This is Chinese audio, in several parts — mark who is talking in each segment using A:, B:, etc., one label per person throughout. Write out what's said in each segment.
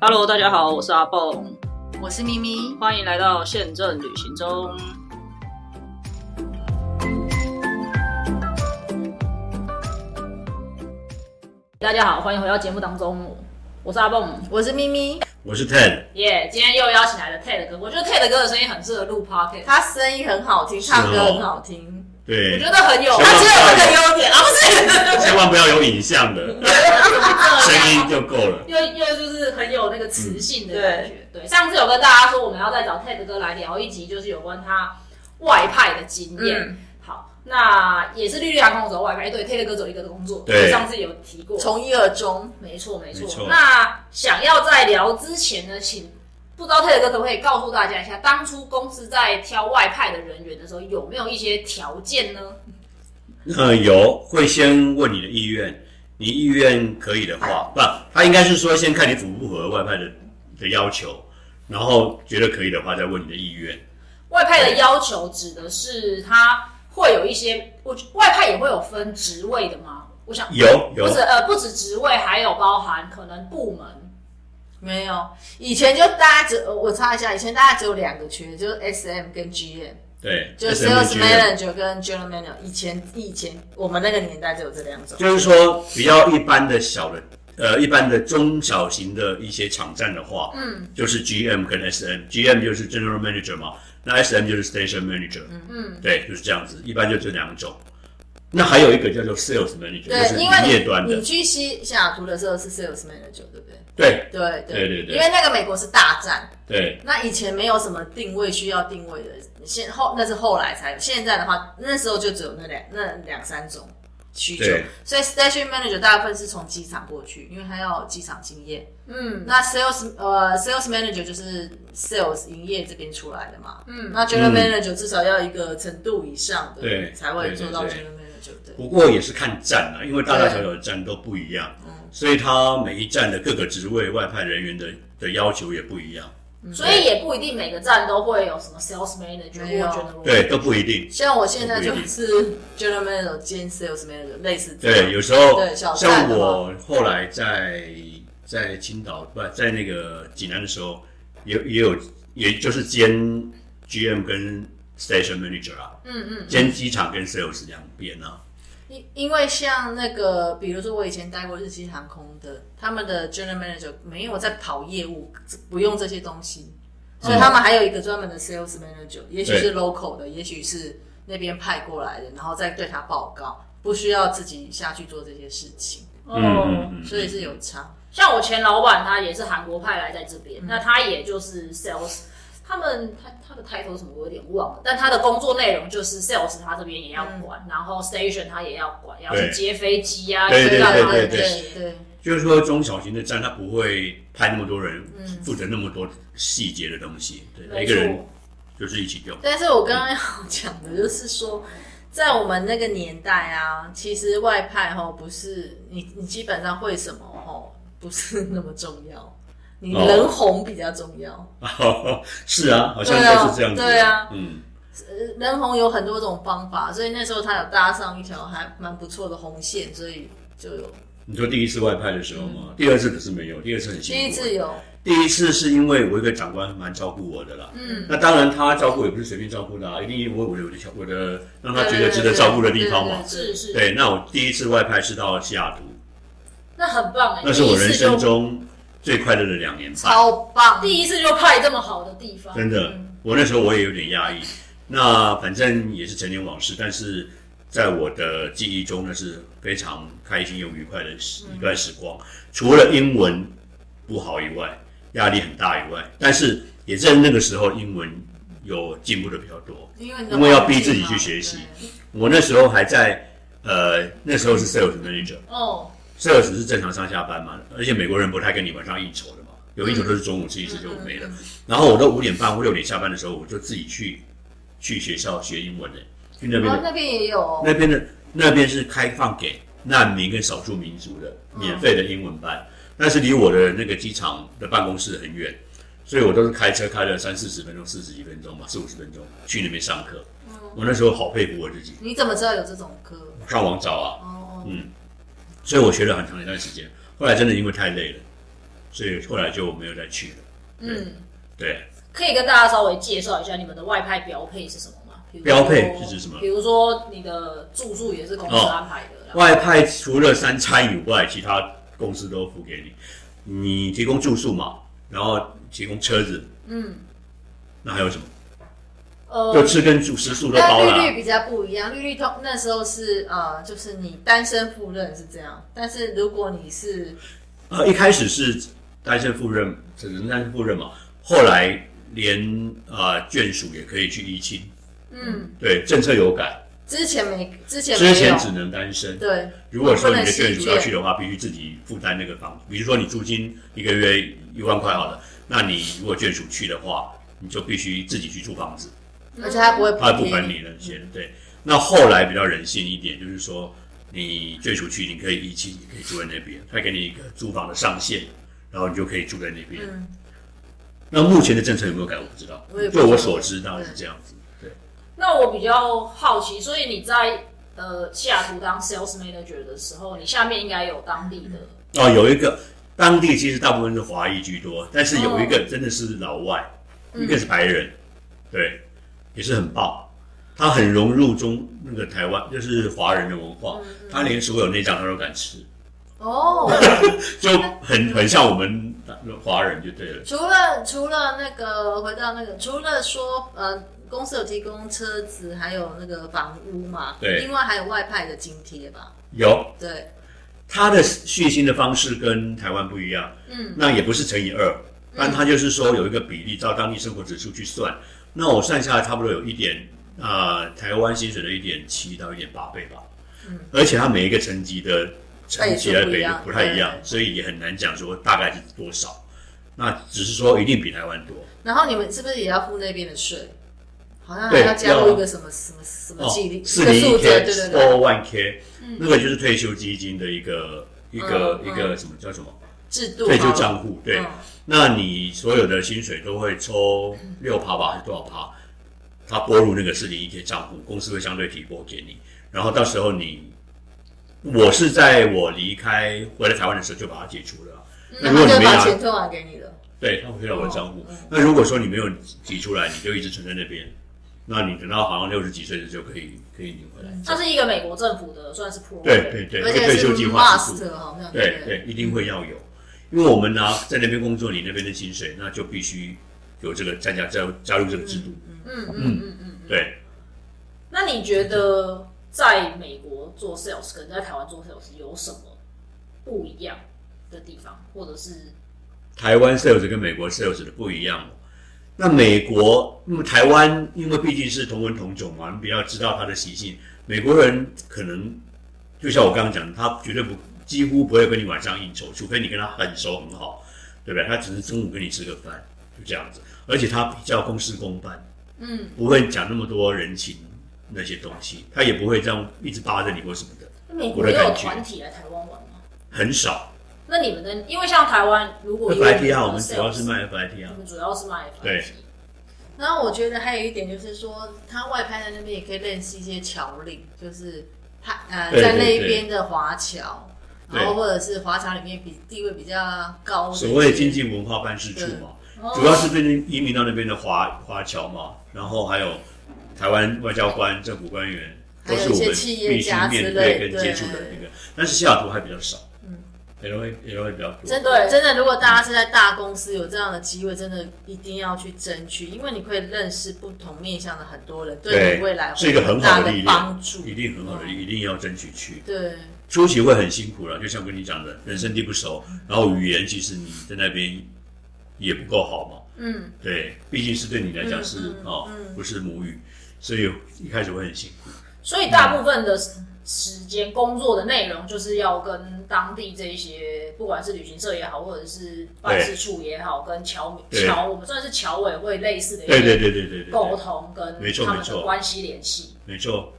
A: Hello，大家好，我是阿蹦，
B: 我是咪咪，
A: 欢迎来到宪政旅行中。大家好，欢迎回到节目当中，我是阿蹦，
B: 我是咪咪，
C: 我是 Ted，
A: 耶、今天又邀请来了 Ted 哥，我觉得 Ted 哥的声音很适合录 Podcast，
B: 他声音很好听，唱歌很好听，
A: 我
C: 对
A: 觉，得很有
C: 什
B: 他
C: 么
B: 只有这个优点啊，不是？
C: 千万不要有影像的， 声音就够了。
A: 又又就是很有那个磁性的感觉。嗯对，上次有跟大家说，我们要再找 Ted 哥来聊一集，就是有关他外派的经验。
B: 嗯，
A: 好，那也是绿绿航空走外派，哎对，Ted 哥走一个工作，
C: 对
A: 上次有提过。
B: 从一而终，
A: 没错，没
C: 没
A: 错。
C: 错
A: 那想要在聊之前呢，请不知道 Ted 哥可不可以告诉大家一下，当初公司在挑外派的人员的时候，有没有一些条件呢？
C: 呃，有会先问你的意愿，你意愿可以的话，不，他应该是说先看你符不符合外派的的要求，然后觉得可以的话再问你的意愿。
A: 外派的要求指的是他会有一些，我觉外派也会有分职位的吗？我想
C: 有有
A: 不止呃不止职位，还有包含可能部门。
B: 没有。以前就大家只，呃我查一下，以前大家只有两个缺，就是 S M 跟 G M，
C: 对，
B: 就是
C: SMG
B: Sales Manager 跟 General Manager。以前以前我们那个年代只有这两种。
C: 就是说比较一般的小的，呃，一般的中小型的一些场站的话，嗯，就是 GM 跟 SM，GM 就是 General Manager 嘛，那 SM 就是 Station Manager，嗯嗯，对，就是这样子，一般就这两种。那还有一个叫做 Sales Manager，就是
B: 对，因
C: 营业
B: 为
C: 端
B: 你你
C: 的，
B: 去西西雅图的时候是 Sales Manager，对不对？
C: 对
B: 对
C: 对对对
B: 因为那个美国是大战，
C: 对
B: 那以前没有什么定位需要定位的，现后那是后来才有。现在的话，那时候就只有那两那两三种需求
C: 对，
B: 所以 station manager 大部分是从机场过去，因为他要有机场经验。
A: 嗯，
B: 那 sales 呃 sales manager 就是 sales 营业这边出来的嘛，
A: 嗯
B: 那 general
C: 嗯
B: manager 至少要一个程度以上的，
C: 对
B: 才会做到 general
C: 对对对
B: manager 对。
C: 不过也是看站啊，因为大大小小的站都不一样，
B: 嗯
C: 所以它每一站的各个职位外派人员的的要求也不一样，
B: 嗯
A: 所以也不一定每个站都会有什么 sales manager
B: 没有
A: 或 general。
C: 对，都不一定。
B: 像我现在就
C: 不一定
B: 是 general manager 兼 sales manager，类似这样
C: 对，有时候
B: 对小
C: 像
B: 站的话
C: 我后来在在青岛不在那个济南的时候，也也有也就是兼 GM 跟 Station Manager 啊，嗯嗯，兼机场跟 Sales 两边啊，
B: 因因为像那个，比如说我以前待过日系航空的，他们的 general manager 没有在跑业务，不用这些东西，
C: 哦
B: 所以他们还有一个专门的 sales manager，也许是 local 的，也许是那边派过来的，然后再对他报告，不需要自己下去做这些事情，
A: 哦
C: 嗯嗯
B: 所以是有差。
A: 像我前老板他也是韩国派来在这边，那他也就是 sales，他们他他的 title 是什么我有点忘了，但他的工作内容就是 sales 他这边也要管，
B: 嗯
A: 然后 station 他也要管，要去
C: 对
A: 接飞机啊，
C: 对
A: 去
C: 对
A: 干
C: 对
A: 嘛
C: 对
A: 的这
B: 对
C: 对
A: 些
B: 对。对，
C: 就是说中小型的站它不会派那么多人
B: 嗯
C: 负责那么多细节的东西，对，
A: 没
C: 一个人
A: 错，
C: 就是一起用，
B: 但是我刚刚要讲的就是说，在我们那个年代啊，其实外派吼不是你你基本上会什么吼不是那么重要，你
C: 哦
B: 人红比较重要。
C: 是啊，好像都是这样子，
B: 对啊
C: 嗯，
B: 呃人红有很多种方法，所以那时候他有搭上一条还蛮不错的红线，所以就有
C: 你说第一次外派的时候嘛，第二次可是没有，第二次很辛
B: 嗯
C: 苦，啊
B: 第一次有
C: 第一次是因为我一个长官蛮照顾我的啦，嗯，那当然他照顾也不是随便照顾的啊，一定我我有我的小我的让他觉得值得照顾的地方嘛。
A: 是是，
C: 对，那我第一次外派是到西雅图，
A: 那很棒哎、
C: 那是我人生中最快乐的两年半，
B: 超棒，
A: 第一次就派这么好的地方，
C: 真的，我那时候我也有点压抑。那反正也是陈年往事，但是在我的记忆中，那是非常开心又愉快的时一段时光。除了英文不好以外，压力很大以外，但是也在那个时候英文有进步的比较多。
B: 因为你的
C: 因为要逼
B: 环境
C: 自己
B: 嘛
C: 去学习
B: 对
C: 我那时候还在，呃，那时候是 sales manager，sales
A: 哦，
C: 是正常上下班嘛，而且美国人不太跟你晚上应酬的嘛，有应酬都是中午吃一吃就没了。然后我都五点半或六点下班的时候，我就自己去去学校学英文的，去那边
B: 然
C: 的、
B: 后那边也有哦
C: 那边的那边是开放给难民跟少数民族的免费的英文班，但是离我的那个机场的办公室很远，所以我都是开车开了三四十分钟、四十几分钟吧，四五十分钟去那边上课。我那时候好佩服我自己。
B: 你怎么知道有这种歌？
C: 上网找啊，
B: 哦，
C: 所以我学了很长一段时间。后来真的因为太累了，所以后来就没有再去了。
A: 嗯，
C: 对，
A: 可以跟大家稍微介绍一下你们的外派标配是什么吗？比如说
C: 标配是指什么
A: 比如说你的住宿也是公司
C: 哦
A: 安排的啦，
C: 外派除了三餐以外，其他公司都付给你，你提供住宿嘛，然后提供车子，
A: 嗯，
C: 那还有什么？
A: 呃，
C: 就吃跟住食宿都包了
B: 但
C: 啊、
B: 绿绿比较不一样，绿绿通那时候是呃，就是你单身赴任是这样，但是如果你是
C: 呃，一开始是单身赴任，只能单身赴任嘛。后来连啊、呃眷属也可以去移亲，
A: 嗯，
C: 对，政策有改，
B: 之前没之前没有
C: 之前只能单身。
B: 对，
C: 如果说你的
B: 不
C: 眷
B: 能
C: 属
B: 喜
C: 要
B: 见
C: 去的话，必须自己负担那个房租。比如说你租金一个月一万块好了，那你如果眷属去的话，你就必须自己去租房子，
B: 而且他不会
C: 他不
B: 贴
C: 管你那些。对，那后来比较人性一点，就是说你眷属去，你可以移亲，你可以住在那边，他给你一个租房的上限，然后你就可以住在那边。
B: 嗯，
C: 那目前的政策有没有改？我不知道
B: 我也。不知
C: 就
B: 道
C: 我所知，当然是这样子。对，
A: 那我比较好奇，所以你在呃西雅图当 sales manager 的时候，你下面应该有当地的，
C: 哦，有一个当地其实大部分是华裔居多，但是有一个真的是老外，一个是白人，对，也是很棒。他很融入中那个台湾，就是华人的文化，他连所有内脏他都敢吃，
B: 哦。
C: 就很很像我们华人就对了。
B: 除了除了那个回到那个，除了说呃公司有提供车子，还有那个房屋嘛，
C: 对
B: 另外还有外派的津贴吧，
C: 有
B: 对，
C: 他的续薪的方式跟台湾不一样，
A: 嗯，
C: 那也不是乘以二，
B: 嗯
C: 但他就是说有一个比例，照当地生活指数去算，那我算下来差不多有一点，啊，台湾薪水的一点七到一点八倍吧，嗯，而且他每一个层级的层级
B: 倍
C: 的
B: 数不一
C: 倍
B: 样
C: 不太一样，
B: 对
C: 所以也很难讲说大概是多少，那只是说一定比台湾多，
B: 然后你们是不是也要付那边的税？好像还
C: 对
B: 要加入
C: 要啊
B: 一个什么什么什么记录，
C: 哦四
B: 个
C: 零
B: 数
C: 一
B: 字，
C: 哦 k
B: 对对对，
C: four one k，那个就是退休基金的一个一个
B: 嗯
C: 一个什么叫什么
B: 制度
C: 退休
B: 好
C: 账户，对
B: 嗯。
C: 那你所有的薪水都会抽六趴吧，还是多少趴？他拨入那个四零一 k 账户，公司会相对提拨给你。然后到时候你，我是在我离开回来台湾的时候就把它解除了。啊那
B: 那
C: 如果
B: 嗯他
C: 你
B: 就
C: 没
B: 把
C: 拿，
B: 钱退还给你了。
C: 对，他会回到我的账户。那如果说你没有提出来，你就一直存在那边，那你等到好像六十几岁的时候可以可以领回来。
A: 它是一个美国政府的算是 program，
C: 对对对，
B: 嗯而
C: 那个
B: 且
C: 退
B: 是
C: 休计划是
B: must 好像
C: 对
B: 不
C: 对，一定会要有，因为我们拿在那边工作，你那边的薪水，那就必须有这个参加加入加入这个制度。
A: 嗯嗯嗯嗯。
C: 对，
A: 那你觉得在美国做 sales 跟在台湾做 sales 有什么不一样的地方，或者是
C: 台湾 sales 跟美国 sales 的不一样哦。那美国，那么台湾，因为毕竟是同文同种嘛，你比较知道它的习性。美国人可能就像我刚刚讲的，他绝对不几乎不会跟你晚上应酬，除非你跟他很熟很好，对不对？他只是中午跟你吃个饭，就这样子。而且他比较公事公办，
A: 嗯，
C: 不会讲那么多人情那些东西，他也不会这样一直扒着你或什么的，
A: 美国也有团体来台湾玩吗？
C: 很少。
A: 那你们的，因为像台湾，如果以
C: FIT 啊，我们
A: 的
C: 主要是
A: sales，
C: 卖 FIT 啊
A: 我，们主要是卖 FIT
C: 对
B: 然后我觉得还有一点就是说，他外派在那边也可以认识一些侨领，就是他呃
C: 对对
B: 在那一边的华侨，
C: 对
B: 然后或者是华侨里面比地位比较高的一些，
C: 所谓经济文化办事处嘛，
A: 哦
C: 主要是最近移民到那边的华华侨嘛，然后还有台湾外交官、政府官员，
B: 还
C: 都
B: 有
C: 是我
B: 一些
C: 们
B: 企业
C: 必须
B: 家之
C: 面
B: 类
C: 对跟接触的
B: 对
C: 那个。但是西雅图还比较少，嗯，L A L A 比较多
B: 真。
A: 对
B: 的真的，如果大家是在大公司有这样的机会，真的一定要去争取，因为你会认识不同面向的很多人，对你未来
C: 是一个
B: 会有
C: 很
B: 大
C: 好
B: 的
C: 的历
B: 帮
C: 练
B: 助，，
C: 一定很好的，一定要争取去。
B: 对。
C: 初期会很辛苦了，就像跟你讲的，人生地不熟，
B: 嗯
C: 然后语言其实你在那边也不够好嘛，
A: 嗯，
C: 对，毕竟是对你来讲
B: 嗯
C: 是哦，不是母语，所以一开始会很辛苦。
A: 所以大部分的时时间工作的内容就是要跟当地这一些，不管是旅行社也好，或者是办事处也好，跟侨民
C: 对
A: 侨，我们算是侨委会类似的一
C: 对对
A: 些
C: 对对对对
A: 沟
C: 对，
A: 通跟
C: 没错
A: 他们
C: 没
A: 的
C: 错
A: 关系联系。
C: 没错，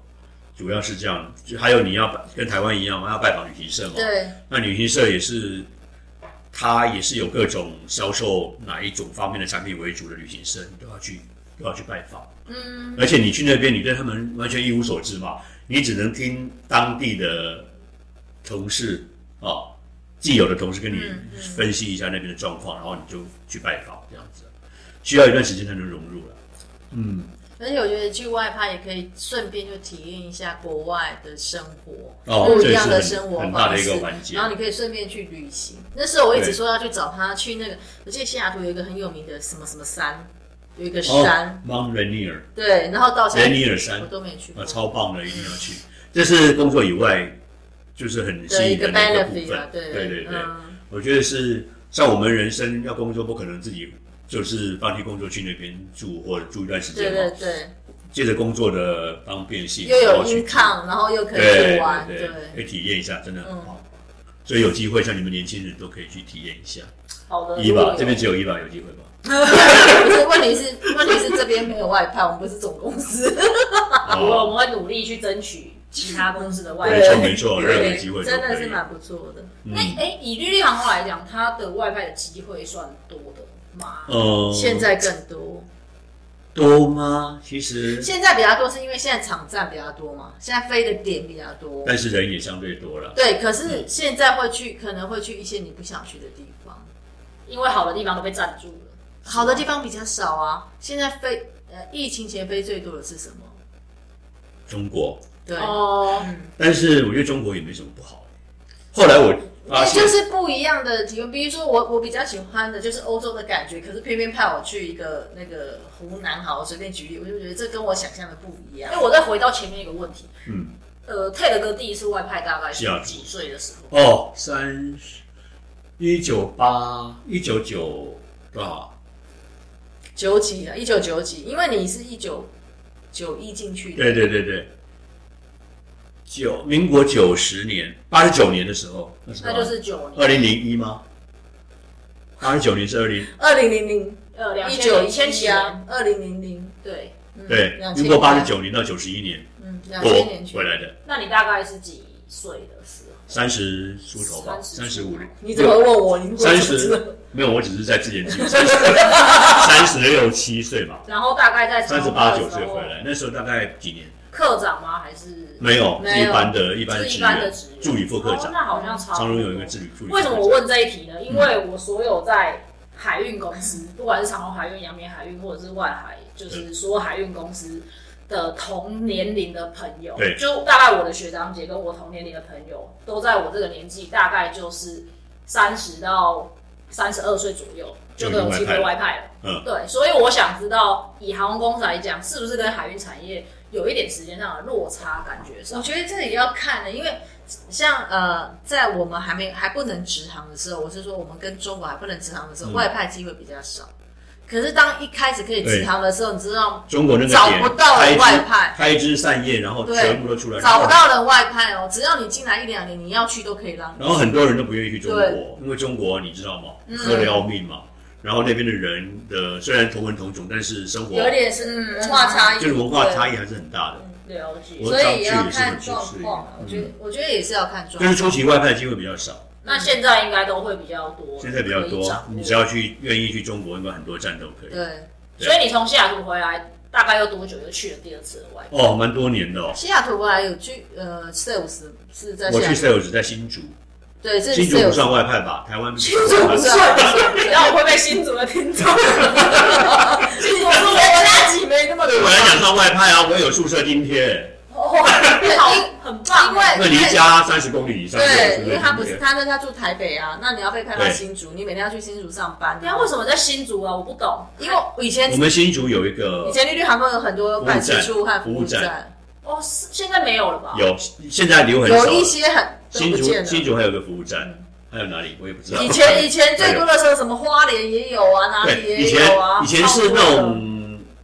C: 主要是这样。就还有你要拜跟台湾一样，要拜访旅行社嘛，
B: 对，
C: 那旅行社也是，它也是有各种销售哪一种方面的产品为主的旅行社，你都要去都要去拜访。嗯，而且你去那边，你对他们完全一无所知嘛，你只能听当地的同事啊、既有的同事跟你分析一下那边的状况，然后你就去拜访这样子，需要一段时间才能融入了。嗯，
B: 而且我觉得去外派也可以顺便就体验一下国外的生活，
C: 哦
B: 不一
C: 这也
B: 样
C: 是
B: 的
C: 很
B: 生活
C: 很大
B: 方
C: 的一
B: 式
C: 个环，节
B: 然后你可以顺便去旅行。那时候我一直
C: 对
B: 说要去找他去那个，我记得西雅图有一个很有名的什么什么山，有一个山，
C: 哦，Mount Rainier，
B: 对，然后到现在
C: 雷尼尔山
B: 我都没去过
C: 啊，，超棒的，一定要去。这是工作以外，就是很吸
B: 对一
C: 引
B: 个
C: 人的一个部
B: benefit
C: 分
B: 啊，。对
C: 对对对，
B: 嗯
C: 我觉得是像我们人生要工作，不可能自己就是放弃工作去那边住或者住一段时
B: 对
C: 间
B: 对
C: 嘛，
B: 对，
C: 借着工作的方便性，
B: 又
C: 然
B: 有
C: 后去
B: income，然后又可以
C: 对
B: 去玩，
C: 对对，可
B: 对， 嗯
C: 以体验一下，真的很好。所以有机会，像你们年轻人都可以去体验一下。
A: 好
B: 哦
A: 的，
C: 伊
A: 如
C: 娃
A: 果有
C: 这边只有伊娃有机会吧？
B: 不是问题是问题是这边没有外派，我们不是总公司，啊
A: 好了，
C: 哦，
A: 啊我们会努力去争取其他公司的外
C: 没
A: 派。
C: 错没错，任何
B: 对
C: 机会嗯都
B: 真的
C: 可
B: 是
C: 以。
B: 蛮不错的。
A: 那哎，以绿绿航空来讲，它的外派的机会算多的吗？
C: 呃，
B: 现在更多，
C: 多吗？其实，
B: 现在比较多是因为现在场站比较多嘛，现在飞的点比较多。
C: 但是人也相对多了。
B: 对，可是现在会去，可能会去一些你不想去的地方。
A: 因为好的地方都被占住了。
B: 好的地方比较少啊。现在飞，呃，疫情前飞最多的是什么？
C: 中国，
B: 对，
A: 哦，
C: 但是我觉得中国也没什么不好。后来我发
B: 那
C: 现
B: 就，是不一样的体验。比如说我，我比较喜欢的就是欧洲的感觉，可是偏偏派我去一个那个湖南，好，我随便举例，我就觉得这跟我想象的不一样
A: 哎，。我再回到前面一个问题，
C: 嗯，
A: 呃，Ted 哥第一次外派大概是
C: 西雅图
A: 几岁的时候？
C: 哦，三一九八一九九多少？
B: 九几啊，一九九几，因为你是一九九一进去的，
C: 对对对对，九民国九十年八十九年的时候，那时候
A: 那就是九
C: 二
A: 年，
C: 零零一吗？八十九年是二零
B: 二零零零
A: 呃，两
B: 一
A: 千
B: 九
A: 一千
B: 一
A: 七啊，
B: 啊，二零零零，嗯
A: 对。
C: 对，
B: 两千
C: 民国八十九年到九十一年
B: 嗯，两千
C: 我
B: 年去
C: 回，来的，
A: 那你大概是几岁的时候？
C: 三十出头吧，三
A: 30
C: 十五年。
B: 你怎么问我？你
C: 三
B: 我怎么知道
C: 十没有，我只是在自言 自语，三十三十六七岁吧，
A: 然后大概在
C: 三十
A: 成
C: 八
A: 功
C: 九
A: 的时
C: 岁
A: 候
C: 回，
B: 哦
C: 来，那时候大概几年？
A: 科长吗？还是
C: 没有，
B: 没
C: 是
B: 有
C: 一般的一般的
A: 是
C: 职
A: 一般的
C: 员
A: 职员，
C: 助理副科
A: 哦
C: 长，
A: 那好像差不多
C: 长荣有一个助理助理。
A: 为什么我？问这一题呢？因为我所有在海运公司，不管是长荣海运、阳明海运，或者是外海，
C: 嗯
A: 就是所有海运公司的同年龄的朋友
C: 对，
A: 就大概我的学长姐跟我同年龄的朋友，都在我这个年纪，大概就是三十到三十二岁左右，就都有机会外派了。
C: 嗯，
A: 对，所以我想知道，以航空公司来讲，是不是跟海运产业有一点时间上的落差？感觉
B: 我
A: 上，
B: 觉得这也要看的，因为像呃，在我们还没还不能直航的时候，我是说我们跟中国还不能直航的时候，
C: 嗯
B: 外派机会比较少。可是当一开始可以直航的时候，你知道
C: 中国那个
B: 找
C: 点
B: 不到
C: 开
B: 人外
C: 枝
B: 派，
C: 开枝散叶，然后
B: 对
C: 全部都出来，
B: 找不到人外派哦，只要你进来一两年，你要去都可以让你
C: 然后很多人都不愿意去中国
B: 对，嗯
C: 因为中国你知道吗，喝的要命嘛。然后那边的人的虽然同文同种，但是生活
B: 有一点是
A: 嗯
B: 文化差异，
C: 就是文化差
B: 异，
C: 异还是很大
B: 嗯
C: 的。
A: 了解。
C: 我
B: 所以也要看状况啊。
C: 我
B: 我
C: 知道这也
B: 觉得我觉得也是
C: 是一个
B: 要看状
C: 但
B: 况
C: 是。初期外派机会比较少，
A: 那现在应该都会比较多，
C: 现在比较
A: 可以
C: 多
A: 掌。握
C: 你只要去愿意去中国，应该很多站都可以。
B: 对，
C: 对
A: 所以你从西雅图回来，大概要多久就去了第二次的外派？
C: 哦，蛮多年的哦。
B: 西雅图我还有去呃 sales 是在西
C: 我
B: 雅
C: 去
B: 图，
C: sales 在新竹，
B: 对，这是
C: 新竹不
B: sales
C: 算外派吧？台湾
B: 新竹不算
A: 啊
B: 不啊算。
A: 然后我会被新竹的听 众，新竹哦
B: 我
A: 说
B: 们那集没那么多
C: 对我来讲算外派啊，我有宿舍津贴，
A: 哇，你好，很棒，
B: 因为
C: 那离家三十公里以上就有
B: 哎对，
C: 宿舍津贴。
B: 因为他不是他那他住台北啊，那你要被派到新竹，你每天要去新竹上班。啊
A: 等一下为什么在新竹啊？我不懂，
B: 因为我以前
C: 我们新竹有一
B: 以
C: 个
B: 前绿绿航空有很多办事处和服
C: 服务
B: 务
C: 站
B: 站，
A: 哦，是现在没有了吧？
C: 有，现在留很少
B: 有一
C: 了。
B: 些很都
C: 新
B: 不见
C: 竹新
B: 了。
C: 竹还有个服务站，还有哪里我也不知道。
B: 以前以前最多的时候，什么花莲也有啊，哪里
C: 对以
B: 也
C: 前
B: 有啊。
C: 以前是
B: 超
C: 那
B: 多的
C: 种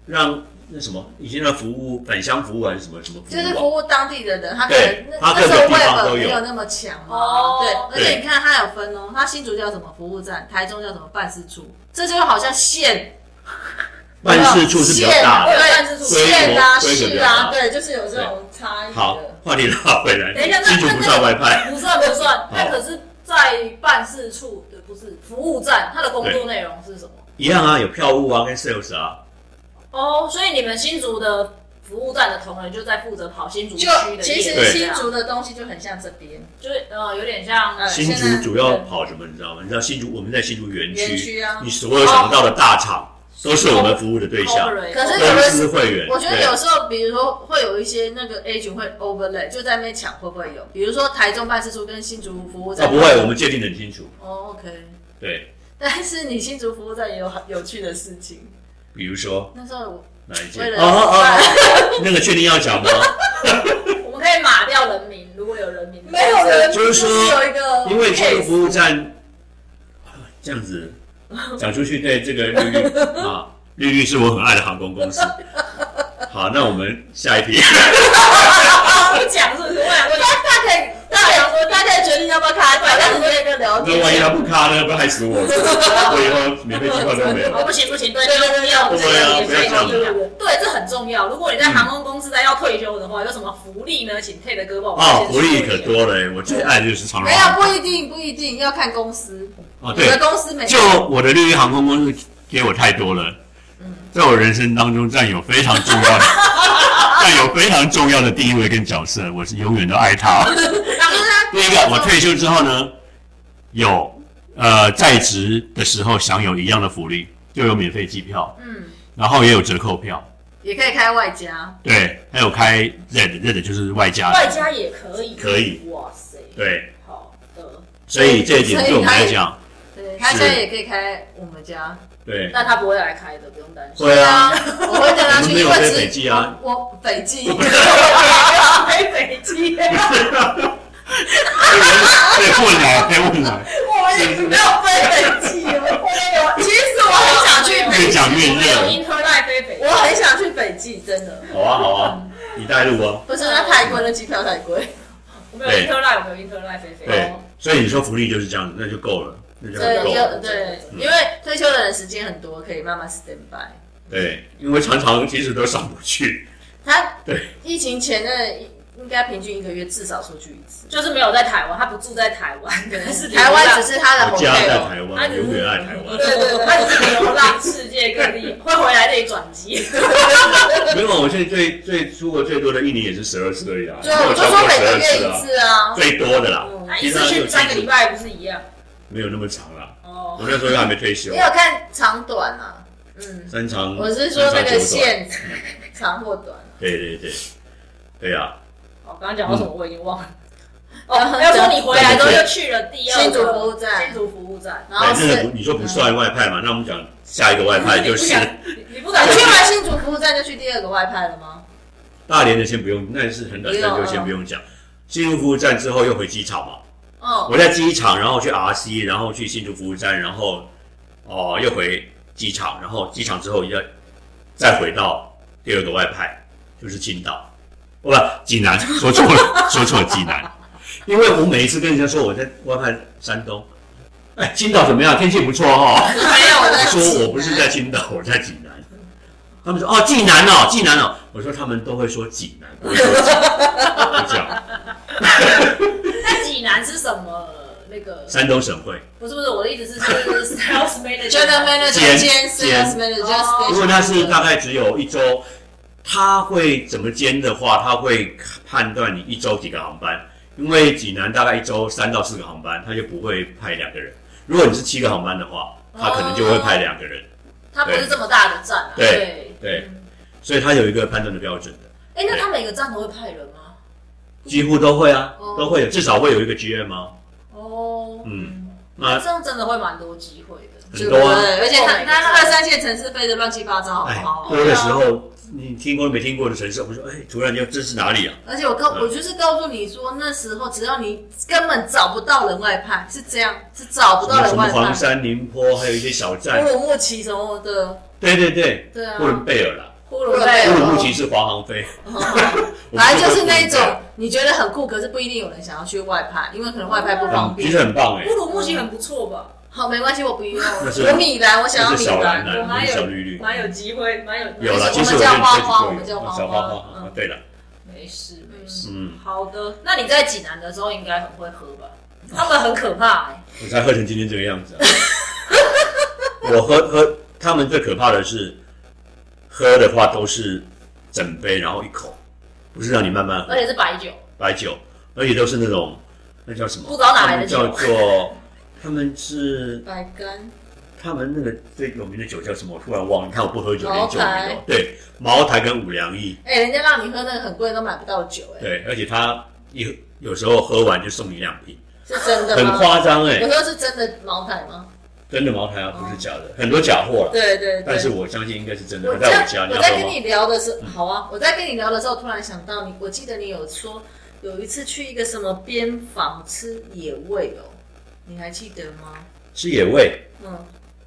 C: 让那什么，以前的服务返乡服务还是什么什么服务、
B: 就
C: 啊？
B: 是服务当地的人，他可
C: 对
B: 能那
C: 他各
B: 那
C: 个
B: 时候
C: 地方
B: Web
C: 都有
B: 没有那么强嘛
A: 哦，
B: 对，而
C: 对
B: 且你看他有分哦，他新竹叫什么服务站，台中叫什么办事处，这就好像县
C: 办事处是比较大
A: 有
C: 的。
A: 办事处
B: 对县啊
C: 规模规格比
B: 市
C: 较大
B: 啊，对，就是有这种差异
C: 好
B: 的。，
C: 话题拉回来，
A: 等一下那
C: 新竹不算外派，哦
A: 不算不算
C: 好，
A: 那可是，在办事处的不是服务站，它的工作内容是什么？
C: 一样啊，有票务啊，跟 sales 啊，
A: 哦，所以你们新竹的服务站的同仁就在负责跑新竹区
B: 就
A: 的业务，
B: 其实
A: 这
B: 新
A: 样
B: 竹的东西就很像这边
A: 就是呃有点像
B: 呃
C: 新
B: 现在
C: 竹主要跑什么？你知道吗？你知道新竹我们在新竹园
B: 园
C: 区，
B: 区啊
C: 你。所有想到的大厂都是我们服务的对象，
A: corporate
B: 可是有
C: 公
B: 的
C: 司会员。
B: 我觉得
C: 对
B: 有时候，比如说会有一些那个 A 群会 overlay，就在那边抢，会不会有？比如说台中办事处跟新竹服务
C: 啊
B: 站，
C: 不会，我们界定得很清楚。
B: 哦 OK。
C: 对，
B: 但是你新竹服务站也有很有趣的事情，
C: 比如说
B: 那时候我
C: 哪一
B: 为
C: 件？
B: 了啊
C: 哦 哦哦，那个确定要讲吗？
A: 我们可以码掉人名，如果有人名
B: 没有人
C: 就是说
B: 有一个 case，
C: 因为这个服 务站这样子讲出去，对这个绿 绿啊，绿绿是我很爱的航空公司。好，那我们下一题。
A: 不讲是不是？我想说，
B: 大家可以大家说大家决定要不要开团，但是你也跟聊
C: 那万一
B: 天。
C: 他不卡呢？不害死我！ 我以后免费机票都没
A: 哦
C: 有。
A: 不行不行，对对对，要
C: 对
A: 这个
C: 啊
A: 也
C: 不要
A: 可以
C: 这
B: 样
A: 对，这很重要。如果你在航空公司在要退休的话，有什么福利呢？请配的哥帮我们
C: 啊，
A: 先
C: 福利可
A: 说一下。
C: 多了，我最爱的就是长荣
A: 哎
B: 没有
C: 航空。
B: 不一定，不一定要看公司。
C: 哦，
B: 有的
C: 对，
B: 公司没
C: 就我的绿绿航空公司给我太多了，
A: 嗯
C: 在我人生当中占有非常重要的，占有非常重要的地位跟角色，我是永远都爱 它。
A: 让你
B: 就是他
C: 第一个，我退休之后呢，有呃在职的时候享有一样的福利，就有免费机票，
A: 嗯，
C: 然后也有折扣票，
B: 也可以开外加，
C: 对，还有开 red red 就是外加
A: 外
C: 的，
A: 加也可以，
C: 可以。
A: 哇塞，
C: 对，
A: 好的。
C: 所以这一点对我们来讲，
B: 对他现在也可以开我们家。
C: 对，
A: 但他不会来开的，不用担心。
C: 会啊，
B: 我会跟他
C: 我们
B: 去，
C: 没
B: 因
C: 有
B: 为
C: 飞
B: 只
C: 北极啊
B: 我北 极，
A: 飞北极，
C: 对，混来，对混来，
B: 我们也没有飞北极，我其实我很想去
C: 越
B: 北极，
C: 讲越
A: 没有
C: 热，
A: 英特赖飞北极
B: 我。很想去北极，真的。
C: 好啊好啊，你带路啊，
B: 不是，那太贵，那机票太贵。
A: 我没有英特赖，我没有英特赖飞飞。
C: 对，所以你说福利就是这样，那就够了，那就
B: 对，
C: 够了，
B: 有对，
C: 嗯
B: 因为退休的人时间很多，可以慢慢 stand by。
C: 对，因为常常其实都上不去，
B: 他
C: 对
B: 疫情前的应该平均一个月至少出去一次。
A: 就是没有在台湾，他不住在台湾，但是
B: 台湾只是他的
C: 我家在
B: hotel，
C: 台湾，永远爱台湾。
A: 对对对，他只是流浪世界各地，会回来这里转机。
C: 没有，我现在最最出国最多的一年也是十二次而已啊，
B: 对，我就说每个月
C: 次
B: 一
C: 啊，
B: 次啊。
C: 最多的啦，
A: 他一次去三个礼拜不是一样？
C: 没有那么长啦。我
A: 哦，
C: 那时候又还没退休啊
B: 你，有看长短啊？嗯，
C: 三长，
B: 我是说那
C: 三
B: 个
C: 长九短，嗯
B: 线长或短。
C: 对对对，对啊，
A: 我刚刚讲到什么我已经忘了。哦，要说你回来之后又去了第二个
B: 新竹服务站
A: 新竹服务站。
B: 然后
C: 反
B: 是嗯
C: 正哎那个不你说不算外派嘛，那我们讲下一个外派就是
A: 你不敢
B: 你
A: 去
B: 去
A: 吗？
B: 完新竹服务站就去第二个外派了吗？
C: 大连的先不用，那是很短暂就先不用讲。进入服务站之后又回机场嘛，
B: 嗯，
C: 我在机场，然后去 RC，然后去新竹服务站，然后哦、又回机场，然后机场之后要再回到第二个外派，就是青岛，哦不，济 南，说错了，说错了济南，因为我每一次跟人家说我在外派山东，哎，青岛怎么样？天气不错哦。
B: 没有，我在
C: 我
B: 济
C: 说
B: 南
C: 我不是在青岛，我在济南。他们说哦，济南哦，济南哦。我说他们都会说济南，不会说济南，就这样。
A: 那济南是什么？那个
C: 山东省会。
A: 不是不是，我的意思是就是 sales manager。
B: general manager
C: 兼
B: 兼 sales
C: 兼
B: manager
A: 哦
B: station
C: 如果他是大概只有一周，他会怎么兼的话，他会判断你一周几个航班，因为济南大概一周三到四个航班，他就不会派两个人。如果你是七个航班的话，他可能就会派两个人。
A: 它不是这么大的站啊。
C: 对。对，所以他有一个判断的标准的，
A: 哎，那他每个站都会派人吗？
C: 几乎都会啊
A: 哦，
C: 都会有，至少会有一个 GM 啊。
A: 哦，
C: 嗯，
A: 那
C: 那
A: 这样真的会蛮多机会的。
C: 很多啊，
B: 对，而且
A: 哦
B: 他
A: 每个
B: 那二三线城市飞的乱七八糟，好不
C: 哎
B: 哦好，？
C: 多的时候你听过没听过的城市，我们说哎，突然间这是哪里啊？
B: 而且我告我就是告诉你说，那时候只要你根本找不到人外派，是这样，是找不
C: 什
B: 到
C: 么什
B: 人
C: 么
B: 外
C: 黄
B: 派。
C: 山、宁波，还有一些小站
B: 乌。鲁木齐什么的，
C: 对对对，
B: 对啊
C: 呼，伦贝尔啦。
A: 呼
B: 伦
A: 伦
B: 贝
A: 贝
B: 尔嗯
A: 尔
C: 乌，鲁木齐是华航飞，
B: 反正就是那一种你觉得很酷，可是不一定有人想要去外派，因为可能外派不方
C: 嗯，其
B: 便。
C: 实很棒哎
A: 乌，鲁木齐很不错吧？
B: 好，没关系，我不用，
C: 那是
B: 我米兰，我想要
C: 那是
B: 米
C: 小蓝
B: 兰。
A: 我
C: 蓝，
A: 还
C: 不是
A: 有
C: 小绿绿，
A: 蛮有机会，蛮有
C: 有啦，
B: 我
C: 其
B: 们
C: 实我
B: 叫
C: 认
B: 花
C: 这几
B: 花我
C: 个
B: 们叫花花
C: 小花花啊
B: 嗯，
C: 对了，
A: 没事没事。
C: 嗯，
A: 好的，那你在济南的时候应该很会喝吧？他们很可怕哎、
C: 我才喝成今天这个样子 啊。我喝喝，他们最可怕的是喝的话都是整杯，然后一口，不是让你慢慢喝
A: 而且是白酒，
C: 白酒，而且都是那种那叫什么？
A: 不知道哪来的
C: 他
A: 酒
C: 们叫做他们是
B: 白干，
C: 他们那个最有名的酒叫什么？我突然忘了。你看我不喝酒，连
B: 茅
C: 酒也没
B: 台
C: 有。对，茅台跟五粮液。
B: 哎、人家让你喝那个很贵都买不到酒、哎，
C: 对，而且他一有时候喝完就送你两瓶，
B: 是真的
C: 很
B: 吗？
C: 夸张哎
B: 有，时候是真的茅台吗？
C: 真的茅台啊，不是假的，很多假货了。
B: 对对对。
C: 但是我相信应该是真的。
B: 我
C: 我在
B: 在
C: 我家，你
B: 我
C: 要
B: 在
C: 喝
B: 跟
C: 吗？嗯
B: 你聊的时候，好啊，我在跟你聊的时候，突然想到你，我记得你有说有一次去一个什么边防吃野味哦，你还记得吗？
C: 是野味，
B: 嗯，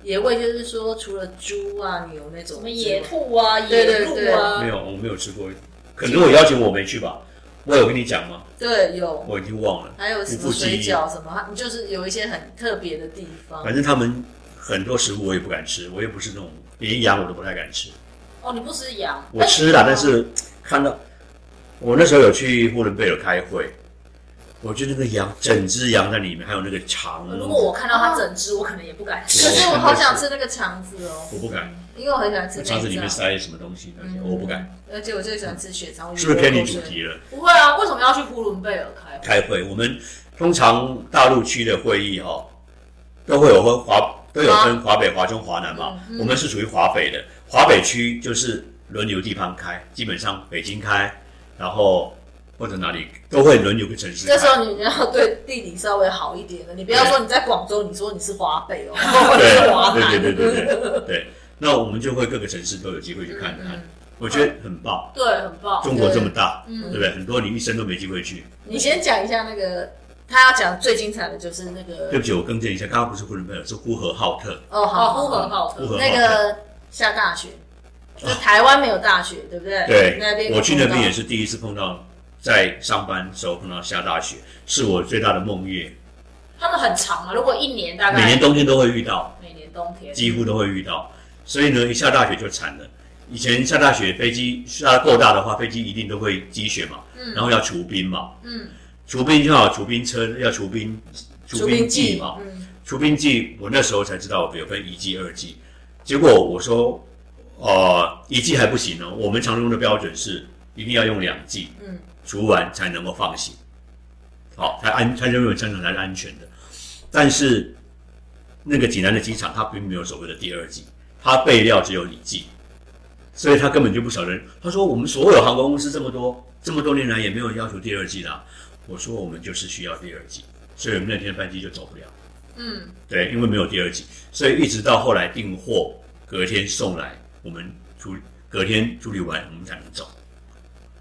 B: 野味就是说除了猪啊、牛那种
A: 什
B: 之外，
A: 么野兔啊、
B: 对
A: 野
B: 对
A: 鹿
B: 对
A: 啊
C: 没，有，我没有吃过。可能我邀请我没去吧，我有跟你讲吗？
B: 对有，
C: 我已经忘了。
B: 还有什么
C: 无腹
B: 水
C: 肌
B: 饺什么，它就是有一些很特别的地方。
C: 反正他们很多食物我也不敢吃，我也不是那种连羊我都不太敢吃。
A: 哦，你不吃羊，
C: 我吃了，但是看到我那时候有去呼伦贝尔开会，我觉得那个羊整只羊在里面，还有那个肠的那
A: 如
C: 种
A: 果我看到它整只，我可能也不敢
B: 可
A: 吃。
B: 是我好想吃那个肠子哦，
C: 我不敢，
B: 因为我很喜欢吃
C: 肠子里
B: 内
C: 面
B: 脏，
C: 塞什么东西，
A: 嗯
C: 我不敢。
B: 而且我最喜欢吃血肠。我
C: 是不是偏离主
B: 流口水？
C: 题了？
A: 不会啊，为什么要去呼伦贝尔开会？
C: 开会，我们通常大陆区的会议哈、哦，都会有分华，都有分华北、华中、华南嘛。我们是属于华北的，华北区就是轮流地方开，基本上北京开，然后或者哪里都会轮流个城市开。
B: 这时候你要对地理稍微好一点的，你不要说你在广州，你说你是华北 哦，华南。
C: 对对对对对对对，那我们就会各个城市都有机会去看看，我觉得很棒。
A: 对，很棒。
C: 中国这么大，对不对？很多你一生都没机会去。
B: 你先讲一下那个，他要讲最精彩的就是那
C: 对
B: 个
C: 不起，我更正一下，刚刚不是呼伦贝尔，是呼和浩特。
B: 哦，
A: 好，
B: 好，
A: 呼和浩
B: 好，
C: 呼
A: 特
C: 和
B: 那个下大雪，就台湾没有大雪，对不对？那
C: 对，
B: 边
C: 我去那边也是第一次碰到，在上班时候碰到下大雪，是我最大的梦魇。
A: 他们很长啊，如果一年大概
C: 每年冬天都会遇到，
A: 每年冬天，
C: 几乎都会遇到，所以呢，一下大雪就惨了。以前下大雪，飞机下够大的话，飞机一定都会积雪嘛，
B: 嗯
C: 然后要除冰嘛，
A: 嗯，
C: 除冰就要有除冰车，要除冰除
B: 除冰
C: 冰
B: 剂
C: 剂嘛，
B: 嗯，
C: 除冰剂，我那时候才知道有分一剂、二剂。结果我说，呃，一剂还不行哦，我们常用的标准是一定要用两剂，
B: 嗯，
C: 除完才能够放行，好、才安，才认为香港才是安全的。但是那个济南的机场，它并没有所谓的第二季，它备料只有一季，所以他根本就不晓得。他说我们所有航空公司这么多，这么多年来也没有要求第二季的啊、我说我们就是需要第二季，所以我们那天的班机就走不了。
A: 嗯，
C: 对，因为没有第二季，所以一直到后来订货，隔天送来，我们处隔天处理完，我们才能走。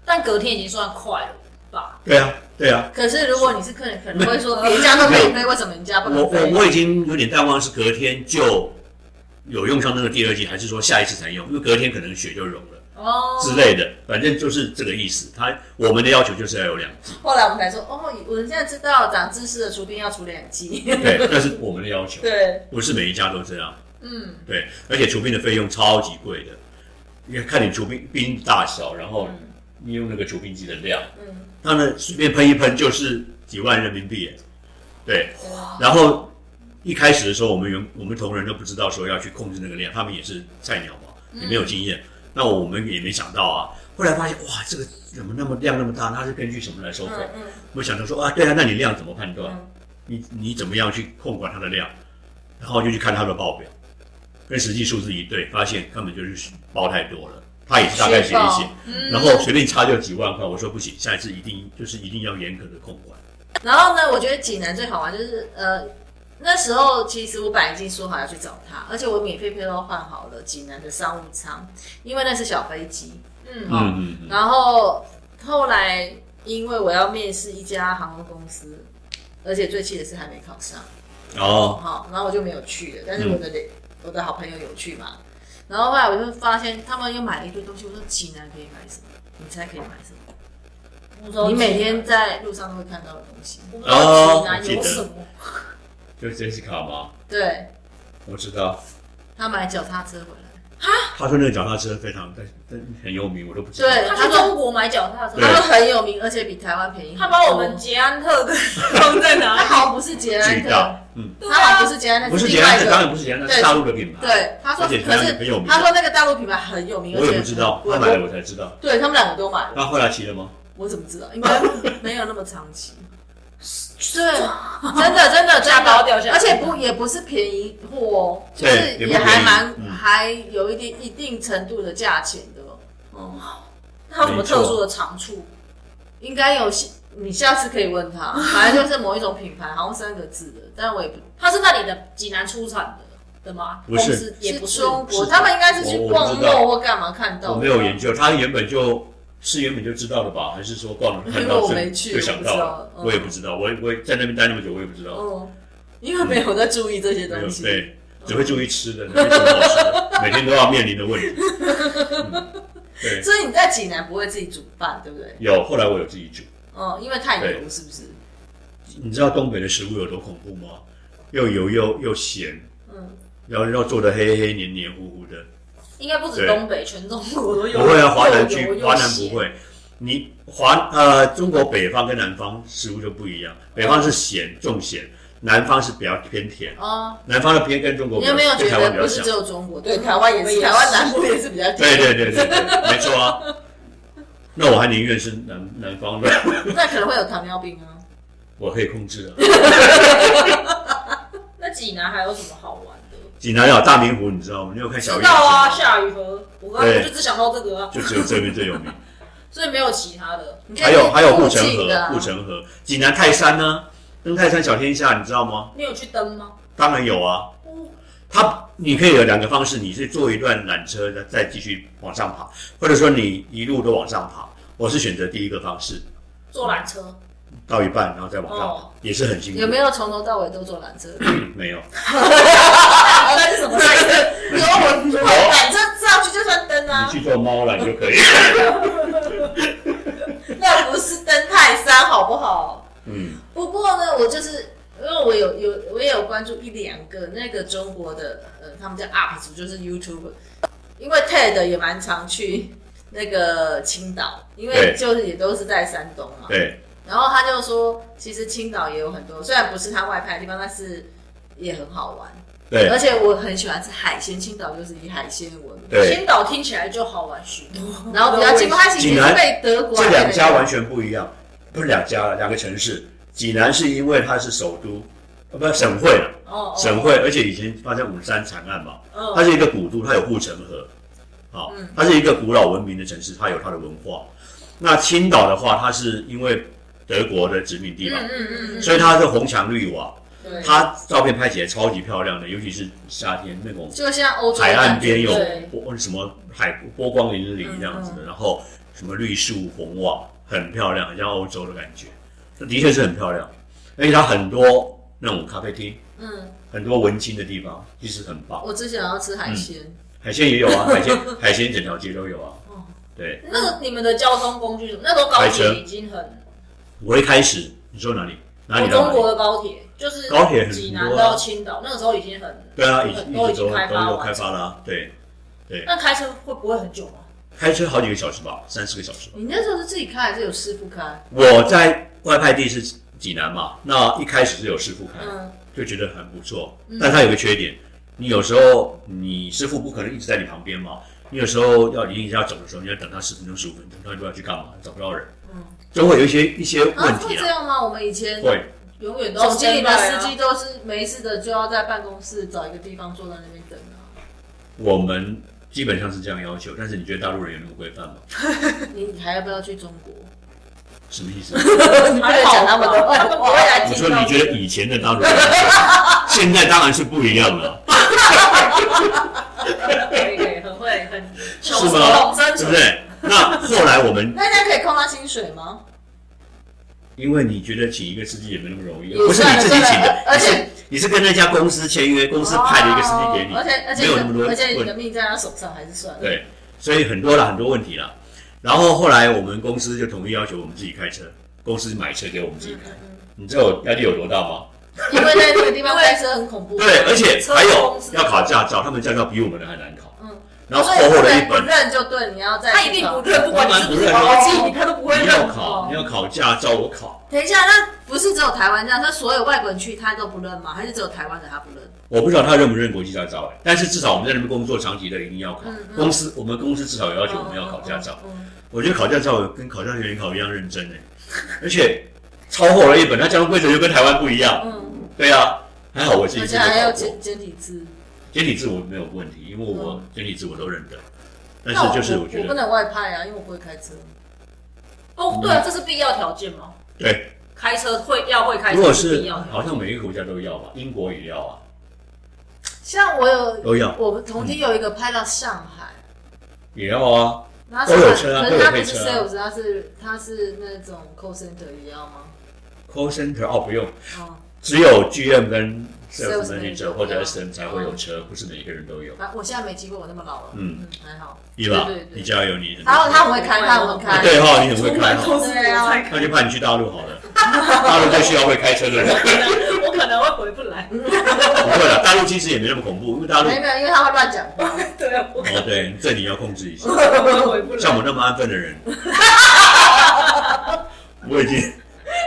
A: 但隔天已经算快了吧？
C: 对啊，对啊，
B: 可是如果你是客人，可能会说别人家都可以飞，为什么人家不
C: 我
B: 能
C: 我
B: 飞？
C: 我已经有点淡忘，是隔天就有用上那个第二季，还是说下一次才用？因为隔天可能雪就融了
A: 哦，
C: 之类的，反正就是这个意思。他我们的要求就是要有两季，
B: 后来我们才说，哦，我现在知道长知识的除冰要除两季。
C: 对，那是我们的要求，
B: 对，
C: 不是每一家都这样。
A: 嗯，
C: 对，而且除冰的费用超级贵的，因为看你除冰冰大小，然后你用那个除冰机的量，嗯，那呢随便喷一喷就是几万人民币耶，对，然后一开始的时候，我们员我们同仁都不知道说要去控制那个量，他们也是菜鸟
B: 嗯
C: 嘛，也没有经验，那我们也没想到啊，后来发现哇，这个怎么那么量那么大？它是根据什么来收费？
B: 嗯嗯
C: 我想到说啊，对啊，那你量怎么判断？
B: 嗯
C: 你你怎么样去控管它的量？然后就去看它的报表，跟实际数字一对，发现根本就是包太多了。他也是大概写一写，
A: 嗯
C: 然后随便差就几万块。我说不行，下一次一定就是一定要严格的控管。
B: 然后呢，我觉得济南最好玩就是呃，那时候其实我本来已经说好要去找他，而且我免费票都换好了济南的商务舱，因为那是小飞机。
A: 嗯
B: 嗯
C: 嗯嗯，
B: 然后后来因为我要面试一家航空公司，而且最气的是还没考上，
C: 哦，
B: 好，然后我就没有去了。但是我
C: 嗯
B: 的、我的好朋友有去嘛，然后后来我就发现他们又买了一堆东西，我说济南可以买什么？你猜可以买什么？
A: 乌州
B: 你每天在路上都会看到的东西。
A: 乌州济
C: 哦
A: 南有什么？
C: 就是 Jessica 吗？
B: 对
C: 我知道，
B: 他买脚踏车回来。
A: 哈，
C: 他说那个脚踏车非常但但很有名，我都不知道。
B: 对
A: 他去中国买脚踏车，
C: 对
B: 他们很有名，而且比台湾便宜很多。
A: 他把我们捷安特跟放在哪
B: 他
A: 里？
B: 好像不是捷安
C: 巨
B: 特，
C: 大，嗯，
A: 对
B: 他好像
A: 啊
B: 不，是捷安特，
C: 不是捷
B: 另外
C: 安
B: 一
C: 特，
B: 个
C: 当然不是捷安特，
B: 对
C: 是大陆的品牌。，
B: 对，他说
C: 而且
B: 可
C: 台湾
B: 是
C: 很有名
B: 他说那个大陆品牌很有名，
C: 我也
B: 而且
C: 不知道，
B: 我
C: 他买了我才知道。
B: 对他们两个都买了，
C: 那后来骑了吗？
B: 我怎么知道？应该没有那么长期。 对， 真的真的
A: 价包掉下来
B: 而且不也不是便宜货哦，就
C: 对
B: 是
C: 也不
B: 也还
C: 便宜
B: 蛮
C: 嗯
B: 还有一定一定程度的价钱的哦，
A: 他有什么特殊的长处？
B: 应该有些。你下次可以问 他，反正就是某一种品牌，好像三个字的，但我也不
A: 他是那里的济南出产的的吗？
C: 不是
A: 公司也不是
B: 是中国，
C: 是
B: 他们应该是去
C: 我我
B: 逛
C: 不知道
B: 肉或干嘛看到
C: 我
B: 的。
C: 没有研究，他原本就是原本就知道的吧？还是说逛了看
B: 因为
C: 到
B: 我
C: 这
B: 没
C: 里
B: 去
C: 就想到了？
B: 我不知道嗯
C: 我也不知道，我我在那边待那么久，我也不知道。
B: 嗯，因为没有在注意这些
C: 没有
B: 东西。
C: 对，只会注意吃的，没什么好吃 的，每天都要面临的问题。嗯对，
B: 所以你在济南不会自己煮饭，对不对？
C: 有后来我有自己煮。
B: 嗯，因为太油是不是？
C: 你知道东北的食物有多恐怖吗？又油又又咸，
B: 嗯，
C: 然后要做的黑黑黏黏糊糊的。
A: 应该不止
C: 对
A: 东北，全中国都有。
C: 不会啊，华南
B: 又
C: 区
B: 油又
C: 华南
B: 咸
C: 不会。你华呃，中国北方跟南方食物就不一样，北方是咸重咸，南方是比较偏甜，
B: 哦，
C: 南方的偏跟中国
B: 你
C: 比
B: 有
C: 较
B: 没有
C: 跟
B: 觉
C: 台湾比
B: 得
C: 较
B: 不是
C: 像
B: 只。有中国？对，台湾也
A: 我也
B: 是，
A: 是
B: 台湾南部也是比较
C: 对
B: 甜。
C: 对对对对，没错啊。那我还宁愿是南南方的，
B: 那可能会有糖尿病啊。
C: 我可以控制啊。
A: 那济南还有什么好玩的？
C: 济南有大明湖，你知道吗？你有看小
A: 知
C: 鱼？
A: 道啊，，下雨河，我刚我
C: 对
A: 就只想到这个啊，
C: 就只有这边最有 名。
A: 所以没有其他的。
B: 你
C: 还有还有护城
B: 近的
C: 河，
B: 啊
C: 护城河，济南泰山呢、登泰山小天下，你知道吗？
A: 你有去登吗？
C: 当然有啊
A: 哦。
C: 它你可以有两个方式，你是坐一段缆车再再继续往上爬，或者说你一路都往上爬。我是选择第一个方式，
A: 坐缆车？
C: 到一半然后再往上爬，
A: 哦
C: 也是很辛苦。嗯
B: 有没有从头到尾都坐缆 车？啊
C: 没有，
A: 那是什么缆车？
B: 有我坐哦缆车上去就算登
C: 你
B: 啊，
C: 去做猫缆就可以。
B: 那不是登泰山好不好？
C: 嗯，
B: 不过呢，我就是因为我有有我也有关注一两个那个中国的呃，他们叫 UP 主，就是 YouTube，因为 TED 也蛮常去那个青岛，因为
C: 对
B: 就是也都是在山东嘛。
C: 对，
B: 然后他就说，其实青岛也有很多，虽然不是他外派的地方，但是也很好玩。
C: 对
B: 而且我很喜欢吃海鲜，青岛就是以海鲜闻名。
C: 对，
A: 青岛听起来就好玩许多，
B: 然后比较近，它其
C: 济
B: 实
C: 南
B: 是被德国
C: 这两家
B: 玩。
C: 完全不一样，不是两家了，两个城市。济南是因为它是首都，呃，不省会了，
A: 哦，哦
C: 省会，而且以前发生五三惨案嘛，它
A: 嗯，
C: 是一个古都，它有护城河，好、它是一个古老文明的城市，它有它的文化。那青岛的话，它是因为德国的殖民地嘛，
A: 嗯嗯嗯，
C: 所以它是红墙绿瓦，
A: 对
C: 它照片拍起来超级漂亮的，尤其是夏天那种
B: 就像欧洲
C: 海岸边有
A: 对嗯
C: 波什么海波光粼粼这样子的，然后什么绿树红瓦，很漂亮，很像欧洲的感觉。那的确是很漂亮，而且它很多那种咖啡厅，
B: 嗯，
C: 很多文青的地方，其实很棒。
B: 我只想要吃海鲜。
C: 海鲜也有 啊，海鲜海鲜整条街都有啊。
A: 哦
C: 对，
A: 那个你们的交通工具是什么，那时候高
C: 开车
A: 铁已经很，
C: 我一开始你说哪里？哪
A: 我
C: 里到
A: 中
C: 哪
A: 国
C: 里？
A: 的高铁就是
C: 高铁很多啊
A: 济南到青岛，那个时候已经很，
C: 对啊，已
A: 很
C: 经
A: 都
C: 一
A: 已
C: 直都
A: 经
C: 都
A: 开发
C: 有开
A: 完成。
C: 发啦、对，
A: 那开车会不会很 久啊吗？
C: 开车好几个小时吧，三四个小时吧。
B: 你那时候是自己开还是有师傅开？
C: 我在外派地是济南嘛，那一开始是有师傅开，
B: 嗯，
C: 就觉得很不错。但它有个缺点，你有时候你师傅不可能一直在你旁边嘛，你有时候要离人家走的时候，你要等他十分钟、十五分钟，他就不知道去干嘛，找不到人，就会有一些一些问
B: 嗯啊，
C: 题
B: 会这
C: 啦。
B: 样吗？我们以前
C: 会，
A: 永远都要
B: 总经理的
A: standby
B: 司
A: 啊
B: 机都是没事的，就要在办公室找一个地方坐在那边等 啊。
C: 我们基本上是这样要求，但是你觉得大陆人有那么规范吗？
B: 你还要不要去中 国？
C: 什么 意思？
B: 你不能讲他们的
A: 他
B: 坏
A: 们不会来
B: 话。
C: 我
A: 听
C: 说
A: 到
C: 你觉得以前的大陆人，现在当然是不一 样了，
A: 可以可以，很会很
C: 是
A: 求
C: 吗
A: 懂？真
C: 对不对？那后来我们，
B: 那人家可以扣他薪水吗？
C: 因为你觉得请一个司机也没那么容易，
B: 也
C: 啊不是
B: 算
C: 你
B: 了
C: 自己请
B: 算
C: 的
B: 了，而
C: 你是
B: 且
C: 你是跟那家公司签约，公司派了一个司机给你
B: 哦，而且而且
C: 没有那么
B: 你
C: 多
B: 的而且你的
C: 问，
B: 命在他手上，还是算了。
C: 对，所以很多了很多问题了。然后后来我们公司就统一要求我们自己开车，公司买车给我们自己开。
B: 嗯
C: 你知道我压力有多大吗？
B: 因为在那个地方开车很恐怖。
C: 对，而且
A: 车
C: 还
A: 公
C: 有
A: 司
C: 要考驾照，他们驾照比我们的还难考。
B: 嗯
C: 然后
B: 所以
C: 厚厚
B: 不
C: 的一
B: 能不
C: 本，
B: 认就对，你要再
A: 他一定不认，不管你是
C: 不认
A: 考
C: 哦
A: 技，他都不会
C: 你
A: 认。
C: 要考，
A: 哦
C: 你要考驾照，我考，
B: 等一下，那不是只有台湾这样，那所有外国人去他都不认吗？还是只有台湾的他不认？
C: 我不知道他认不认国际驾照哎，但是至少我们在那边工作长期的一定要考
B: 嗯，哦
C: 公司我们公司至少有要求我们要考驾照。我觉得考驾照跟考上学联考一样认真哎、而且超厚了一本，它交通规则又跟台湾不一样。
B: 嗯，
C: 对啊，还好我自己
B: 而
C: 真
B: 且
C: 的
B: 还
C: 考
B: 有
C: 过。
B: 简简体字。
C: 简体字我没有问题，因为我简体字我都认得，但是
B: 那
C: 就是我
B: 我
C: 觉
B: 不
C: 得
B: 能外派啊，因为我不会开车。
A: 哦，对
C: 嗯
A: 啊，这是必要条件吗？
C: 对，
A: 开车会要会开
C: 如果
A: 车必
C: 是
A: 要条
C: 好
A: 件。
C: 像每个国家都要吧，英国也要啊，
B: 像我有
C: 都要啊
B: 我同梯有一个派到上海，
C: 也要啊，
B: 然后上
C: 都有
B: 海
C: 车啊
B: 可是他
C: 都
B: 不
C: 有
B: 是
C: 配车啊
B: sales，他是他是那种 call center 也要吗？
C: call center 哦，不用，
B: 哦，
C: 只有 GM 跟 sales
B: Sales
C: manager
B: manager
C: 或者
B: 要
C: SM 才会有车，不是每个人都有。
B: 反正我现在没机会，我那么老了，
C: 嗯
B: 嗯，还好。
C: 伊娃
B: 对对，对
C: 你加油，你很
B: 然后他很会开，他很会
A: 他
C: 啊
B: 开。
C: 对哈，你很会
A: 出
C: 开
A: 门
C: 哈，
A: 都是我在
C: 那
A: 开
C: 就派你去大陆好了， 大陆就需要会开车的人。
A: 我可能会回不来。
C: 不会了，大陆其实也没那么恐怖，因为大陆
B: 没有没有，因为他会乱讲话。
A: 对啊，我可
C: 哦，对，这你要控制一下。
A: 能会回不
C: 像
A: 来。
C: 我那么安分的人， 我已经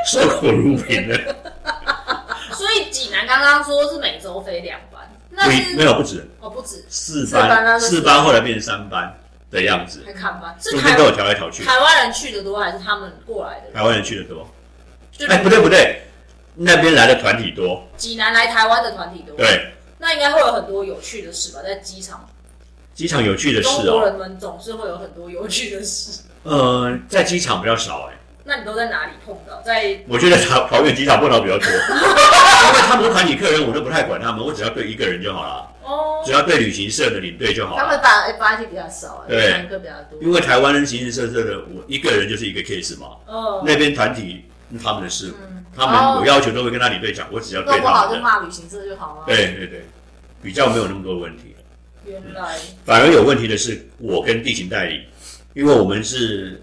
C: 受苦如贫了。
A: 所以济南刚刚说是每周飞两班，那
C: 没没
A: 是
C: 有不止
A: 哦不止，
C: 四
B: 四班啊
C: 班，
B: 那是
C: 四班后来变成三班的样子，
A: 还看班，是
C: 中
A: 台
C: 间都有调来调去。
A: 台湾人去的多还是他们过来的人？
C: 台湾人去的多，
A: 就
C: 哎，不对不对，那边来的团体多，
A: 济南来台湾的团体多，
C: 对，
A: 那应该会有很多有趣的事吧？在机场，
C: 机场有趣的
A: 中
C: 事
A: 国
C: 哦，
A: 人们总是会有很多有趣的事。
C: 呃，在机场比较少哎，
A: 那你都在哪里碰到？在
C: 我觉得桃桃园机场碰到比较多， 因为他们是团体客人，我都不太管他们，我只要对一个人就好了，
A: 哦
C: 只要对旅行社的领队就好
B: 他
C: 了。
B: 们把 F I T 比较少，
C: 对
B: 南科比较多。
C: 因为台湾形形色色的，我一个人就是一个 case 嘛。
A: 哦，
C: 那边团体嗯他们的事，他们有要求都会跟他领队讲，我只要
B: 弄
C: 对
B: 不
C: 他
B: 好就
C: 们的。
B: 骂旅行社就好了。
C: 对对对，比较没有那么多问题。
A: 原来
C: 反而有问题的是我跟地勤代理，因为我们是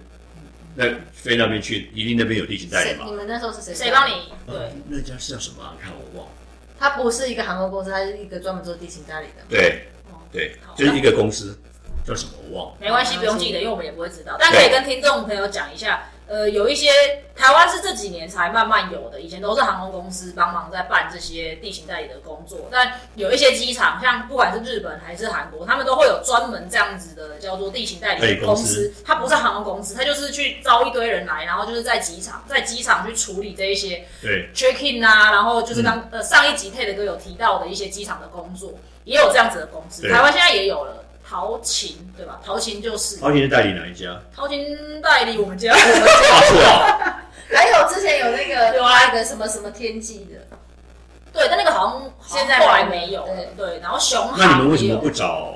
C: 那飞那边去，一定那边有地勤代
B: 谁
C: 理
B: 你
C: 嘛。
B: 们那时候是谁？
A: 谁帮？你？
C: 啊
A: 对，
C: 那家是叫什么、啊？看我忘了。
B: 他不是一个航空公司，他是一个专门做地勤代理的。
C: 对
A: 哦
C: 对
A: 好，
C: 就是一个公司，叫什么我忘了。
A: 没关系，不用记得，因为我们也不会知道。但可以跟听众朋友讲一下，呃，有一些台湾是这几年才慢慢有的，以前都是航空公司帮忙在办这些地勤代理的工作。但有一些机场，像不管是日本还是韩国，他们都会有专门这样子的叫做地勤代理的公
C: 代
A: 司，它不是航空公司，它就是去招一堆人来，然后就是在机场，在机场去处理这一些
C: 对
A: check in 啊，然后就是刚、
C: 嗯
A: 呃上一集 Ted 哥有提到的一些机场的工作，也有这样子的公司，
C: 对
A: 台湾现在也有了。陶琴对吧？陶琴就是
C: 好险是代理哪一家？
A: 陶琴代理我们 家，
C: 啊，是啊，
B: 还有之前有那个
A: 有啊
B: 那个什么什么天际的，
A: 对，但那个好像
B: 现在
A: 后来没有了
B: 没有
A: 对，然后熊航
C: 那你们为什么
A: 哦也
C: 不
A: 有？
C: 找？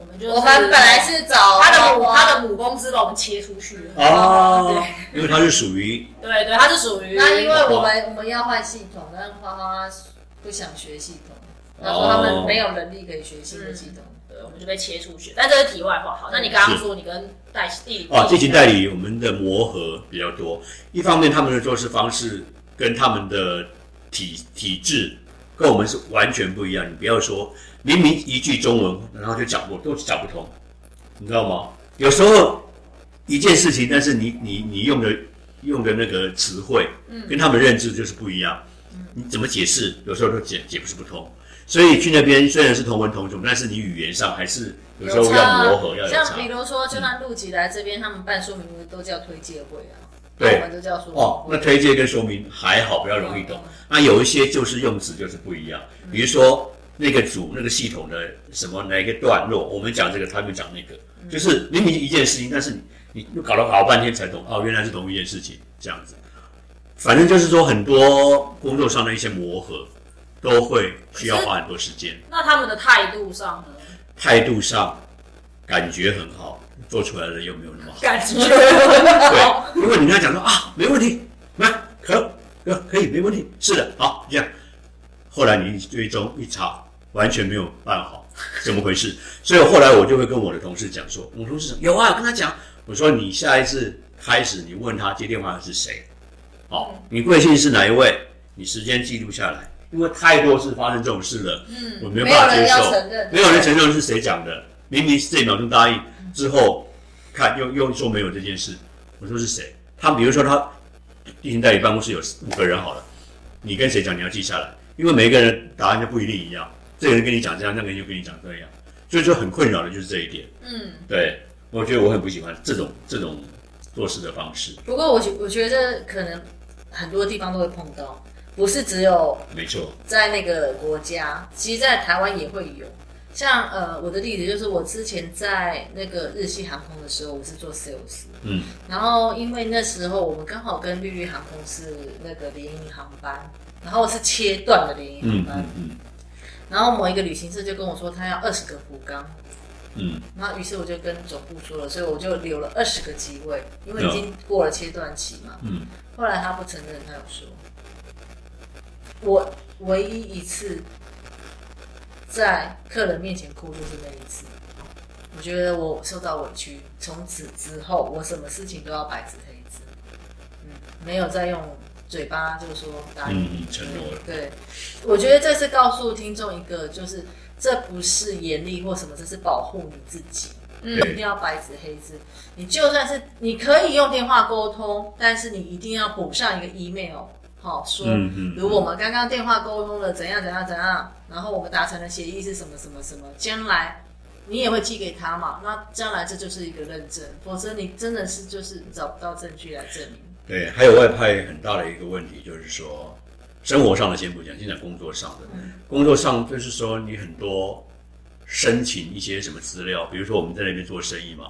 A: 我们就是
B: 我们本来是找
A: 他的母
B: 娃娃
A: 他的母公司把我们切出去了，
C: 哦，因为它是属于
A: 对对，他是属于
B: 那因为我们我们要换系统，但花花不想学系统，
C: 哦
B: 他说他们没有能力可以学新的系统。
C: 嗯
A: 对，我们就被切出去。但这是题外话，好，那你刚刚说你跟代地理
B: 哦
C: 啊，地勤代
A: 理
C: 理我们的磨合比较多。一方面，他们的做事方式跟他们的体体制跟我们是完全不一样。你不要说明明一句中文，然后就讲不都讲不通，你知道吗？有时候一件事情，但是你你你用的用的那个词汇，
B: 嗯
C: 跟他们认知就是不一样。你怎么解释，有时候都解解释不通。所以去那边虽然是同文同种，但是你语言上还是有时候
B: 差啊
C: 要磨合，要有
B: 像
C: 差
B: 比。如说，就算陆籍来这边，他们办说明会都叫推介会啊，
C: 对
B: 我们都叫说明会
C: 哦，那推荐跟说明还好，比较容易懂。那有一些就是用词就是不一样，比如说那个组、那个系统的什么哪一个段落，我们讲这个，他们讲那个，就是明明一件事情，但是你你搞了好半天才懂，哦，原来是同一件事情这样子。反正就是说，很多工作上的一些磨合，都会需要花很多时间。
A: 那他们的态度上呢？
C: 态度上感觉很好，做出来的又没有那么好。
A: 感觉很 好，
C: 对，如果你跟他讲说啊，没问题，来，可可可以，没问题，是的，好，这样。后来你一追踪一查，完全没有办好，怎么回事？所以后来我就会跟我的同事讲说，我同事讲有啊，我跟他讲，我说你下一次开始，你问他接电话的是谁，好、哦你贵姓是哪一位，你时间记录下来，因为太多次发生这种事了，嗯，我没有
B: 没有
C: 办法接
B: 人要
C: 受，
B: 承认，
C: 没有人承认是谁讲的，明明是这一秒钟答应，之后看又又说没有这件事，我说是谁？他比如说他已经在你办公室有五个人好了，你跟谁讲你要记下来，因为每个人答案就不一定一样，这个人跟你讲这样，那个人就跟你讲这样，所以就很困扰的就是这一点。
A: 嗯，
C: 对，我觉得我很不喜欢这种这种做事的方式。
B: 不过我觉我觉得可能很多地方都会碰到，不是只有
C: 没错，
B: 在那个国家，其实，在台湾也会有。像呃，我的例子就是我之前在那个日系航空的时候，我是做 sales，
C: 嗯，
B: 然后因为那时候我们刚好跟绿绿航空是那个联营航班，然后是切断的联营航
C: 嗯
B: 班，
C: 嗯嗯
B: 然后某一个旅行社就跟我说他要二十个福冈，
C: 嗯，
B: 然后于是我就跟总部说了，所以我就留了二十个机位，因为已
C: 哦
B: 经过了切断期嘛。
C: 嗯。
B: 后来他不承认，他有说，我唯一一次在客人面前哭就是那一次，我觉得我受到委屈，从此之后我什么事情都要白纸黑字，嗯，没有再用嘴巴就说答应
C: 嗯嗯承诺了
B: 对，我觉得这是告诉听众一个，就是这不是严厉或什么，这是保护你自己。
A: 嗯
B: 一定
C: 对，
B: 要白纸黑字。你就算是你可以用电话沟通，但是你一定要补上一个 email，好、说，
C: 嗯嗯
B: 如果我们刚刚电话沟通了怎样怎样怎样，然后我们达成的协议是什么什么什么，将来你也会寄给他嘛？那将来这就是一个认证，否则你真的是就是找不到证据来证明。
C: 对，还有外派很大的一个问题就是说，生活上的先不讲，先讲工作上的。工作上就是说，你很多申请一些什么资料，比如说我们在那边做生意嘛，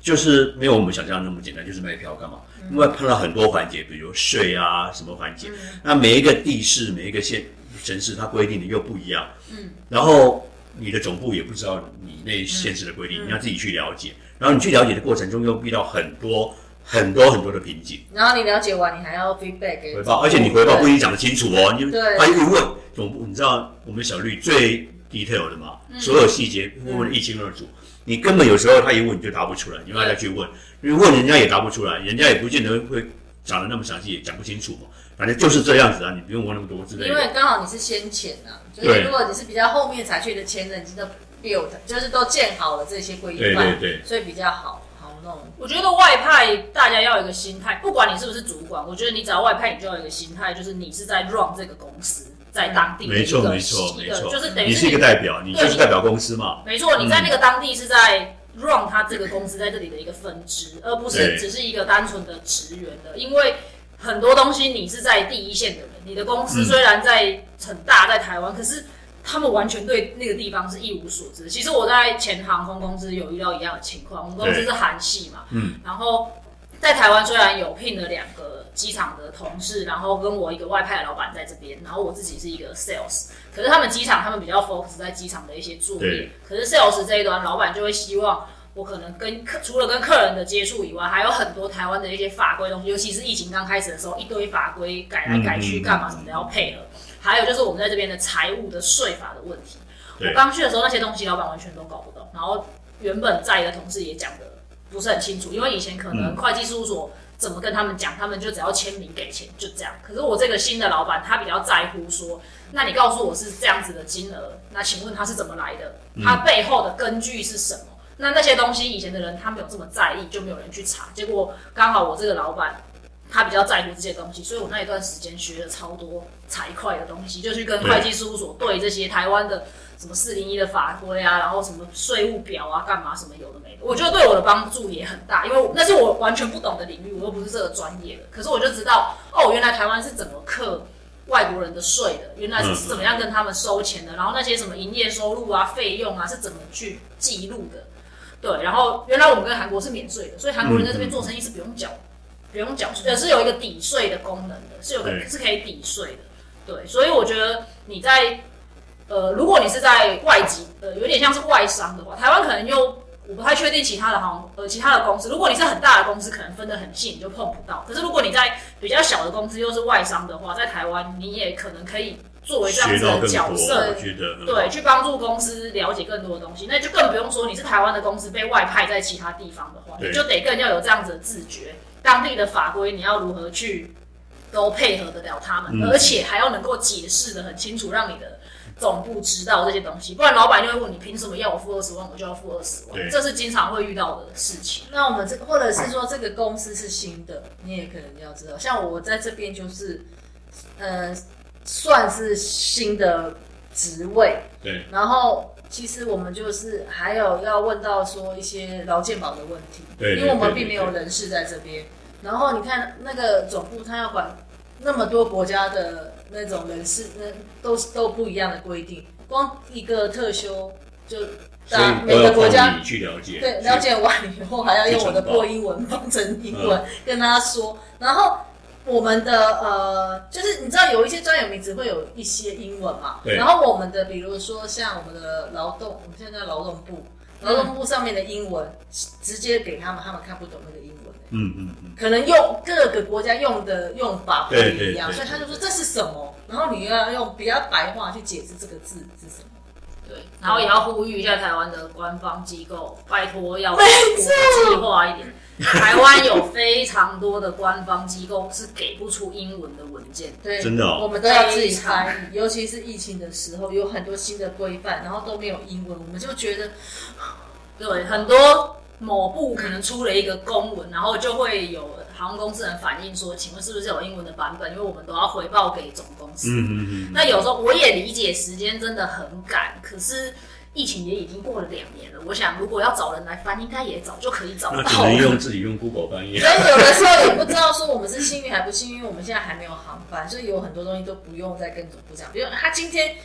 C: 就是没有我们想象那么简单，就是卖票干嘛？因为碰到很多环节，比如税啊什么环节，那每一个地市、每一个县、城市，它规定的又不一样。嗯，然后你的总部也不知道你那县市的规定，你要自己去了解。然后你去了解的过程中，又遇到很多很多很多的瓶颈。
B: 然后你了解完，你还要 feedback 给
C: 回报，而且你回报不一定讲得清楚哦。你
B: 对
C: 他一问总部，你知道我们小绿最 detail 的嘛，所有细节问得一清二楚。你根本有时候他一问你就答不出来，你让他去问，你问人家也答不出来，人家也不见得会讲的那么详细，也讲不清楚嘛。反正就是这样子啊，你不用问那么多之类
B: 因为
C: 的。
B: 刚好你是先前啊，就
C: 对
B: 是如果你是比较后面才去的前人，已经都 build，就是都建好了这些规
C: 对
B: 范，
C: 对对
B: 所以比较好好弄。
A: 我觉得外派大家要有一个心态，不管你是不是主管，我觉得你只要外派，你就要有一个心态，就是你是在 run 这个公司，在当地的一个
C: 没错没错
A: 一
C: 没
A: 个
C: 错，
A: 就是等于
C: 你是一个嗯代表，你就是代表公司嘛。
A: 没错，你在那个当地是在 run 他这个公司在这里的一个分支，而不
C: 对
A: 是只是一个单纯的职员的，因为很多东西你是在第一线的人，你的公司
C: 嗯
A: 虽然在很大，在台湾，可是。他们完全对那个地方是一无所知。其实我在前航空公司有遇到一样的情况，我们公司
C: 对
A: 是韩系嘛，
C: 嗯，
A: 然后在台湾虽然有聘了两个机场的同事，然后跟我一个外派的老板在这边，然后我自己是一个 sales，可是他们机场他们比较 focus 在机场的一些作业
C: 对，
A: 可是 sales 这一端老板就会希望。我可能跟客除了跟客人的接触以外，还有很多台湾的一些法规东西，尤其是疫情刚开始的时候，一堆法规改来改去，
C: 嗯嗯
A: 干嘛什么的要配合。还有就是我们在这边的财务的税法的问题，
C: 对
A: 我刚去的时候那些东西老板完全都搞不懂，然后原本在的同事也讲的不是很清楚，因为以前可能会计事务所怎么跟他们讲，他们就只要签名给钱就这样。可是我这个新的老板他比较在乎说，那你告诉我是这样子的金额，那请问他是怎么来的？他背后的根据是什么？那那些东西以前的人他没有这么在意，就没有人去查。结果刚好我这个老板他比较在乎这些东西，所以我那一段时间学了超多财会的东西，就去跟会计事务所对这些台湾的什么四零一的法规啊，然后什么税务表啊，干嘛什么有的没的，我觉得对我的帮助也很大，因为我那是我完全不懂的领域，我又不是这个专业的，可是我就知道哦，原来台湾是怎么课。外国人的税的，原来是怎么样跟他们收钱的，然后那些什么营业收入啊、费用啊是怎么去记录的，对，然后原来我们跟韩国是免税的，所以韩国人在这边做生意是不用缴不用缴税，呃，是有一个抵税的功能的，是有个
C: 对
A: 是可以抵税的。对，所以我觉得你在呃，如果你是在外籍，呃，有点像是外商的话，台湾可能又我不太确定其他的行，呃，其他的公司，如果你是很大的公司，可能分得很细，你就碰不到。可是如果你在比较小的公司又是外商的话，在台湾你也可能可以作为这样
C: 学
A: 子
C: 到
A: 的
C: 更
A: 角
C: 多，
A: 色，
C: 我觉得很好
A: 对，去帮助公司了解更多的东西，那就更不用说你是台湾的公司被外派在其他地方的话，
C: 对
A: 你就得更要有这样子的自觉，当地的法规你要如何去都配合得了他们，
C: 嗯
A: 而且还要能够解释的很清楚，让你的总部知道这些东西，不然老板就会问你凭什么要我付二十万，我就要付二十
C: 对
A: 万，这是经常会遇到的事情。
B: 那我们这或者是说这个公司是新的，你也可能要知道。像我在这边就是，呃，算是新的职位，
C: 对，
B: 然后其实我们就是还有要问到说一些劳健保的问题，
C: 对对
B: 因为我们
C: 对
B: 并没
C: 对
B: 有人事在这边。然后你看那个总部，他要管那么多国家的那种人事，那都是都不一样的规定，光一个特休就
C: 所
B: 大
C: 以
B: 每
C: 都
B: 个
C: 要
B: 国家
C: 靠你去了解，
B: 对，了解完以后还要用我的破英文翻成英文跟他说，然后我们的呃，就是你知道有一些专有名词会有一些英文嘛，
C: 对
B: 然后我们的比如说像我们的劳动，我们现在叫劳动部，劳动部上面的英文直接给他们，他们看不懂那个英文、
C: 去嗯嗯嗯，
B: 可能用各个国家用的用法不
C: 对对
B: 一样，
C: 对
B: 所以他就
C: 对
B: 说这是什么，然后你又要用比较白话去解释这个字是什么。
A: 对，然后也要呼吁一下台湾的官方机构，拜托要国际化一点。台湾有非常多的官方机构是给不出英文的文件，
B: 对，
C: 真的哦
B: 我们都要自己翻译，尤其是疫情的时候，有很多新的规范，然后都没有英文，我们就觉得
A: 对，很多某部可能出了一个公文，然后就会有航空公司人反映说，请问是不是有英文的版本？因为我们都要回报给总公司。
C: 嗯嗯嗯，
A: 那有时候我也理解时间真的很赶，可是疫情也已经过了两年了，我想如果要找人来翻，应该也早就可以找
C: 那
A: 到
C: 只能
A: 了。
C: 用自己用 Google 翻译
B: 所。以有的时候也不知道说我们是幸运还不幸运，因为我们现在还没有航班，所以有很多东西都不用再跟总部讲。比如他今天，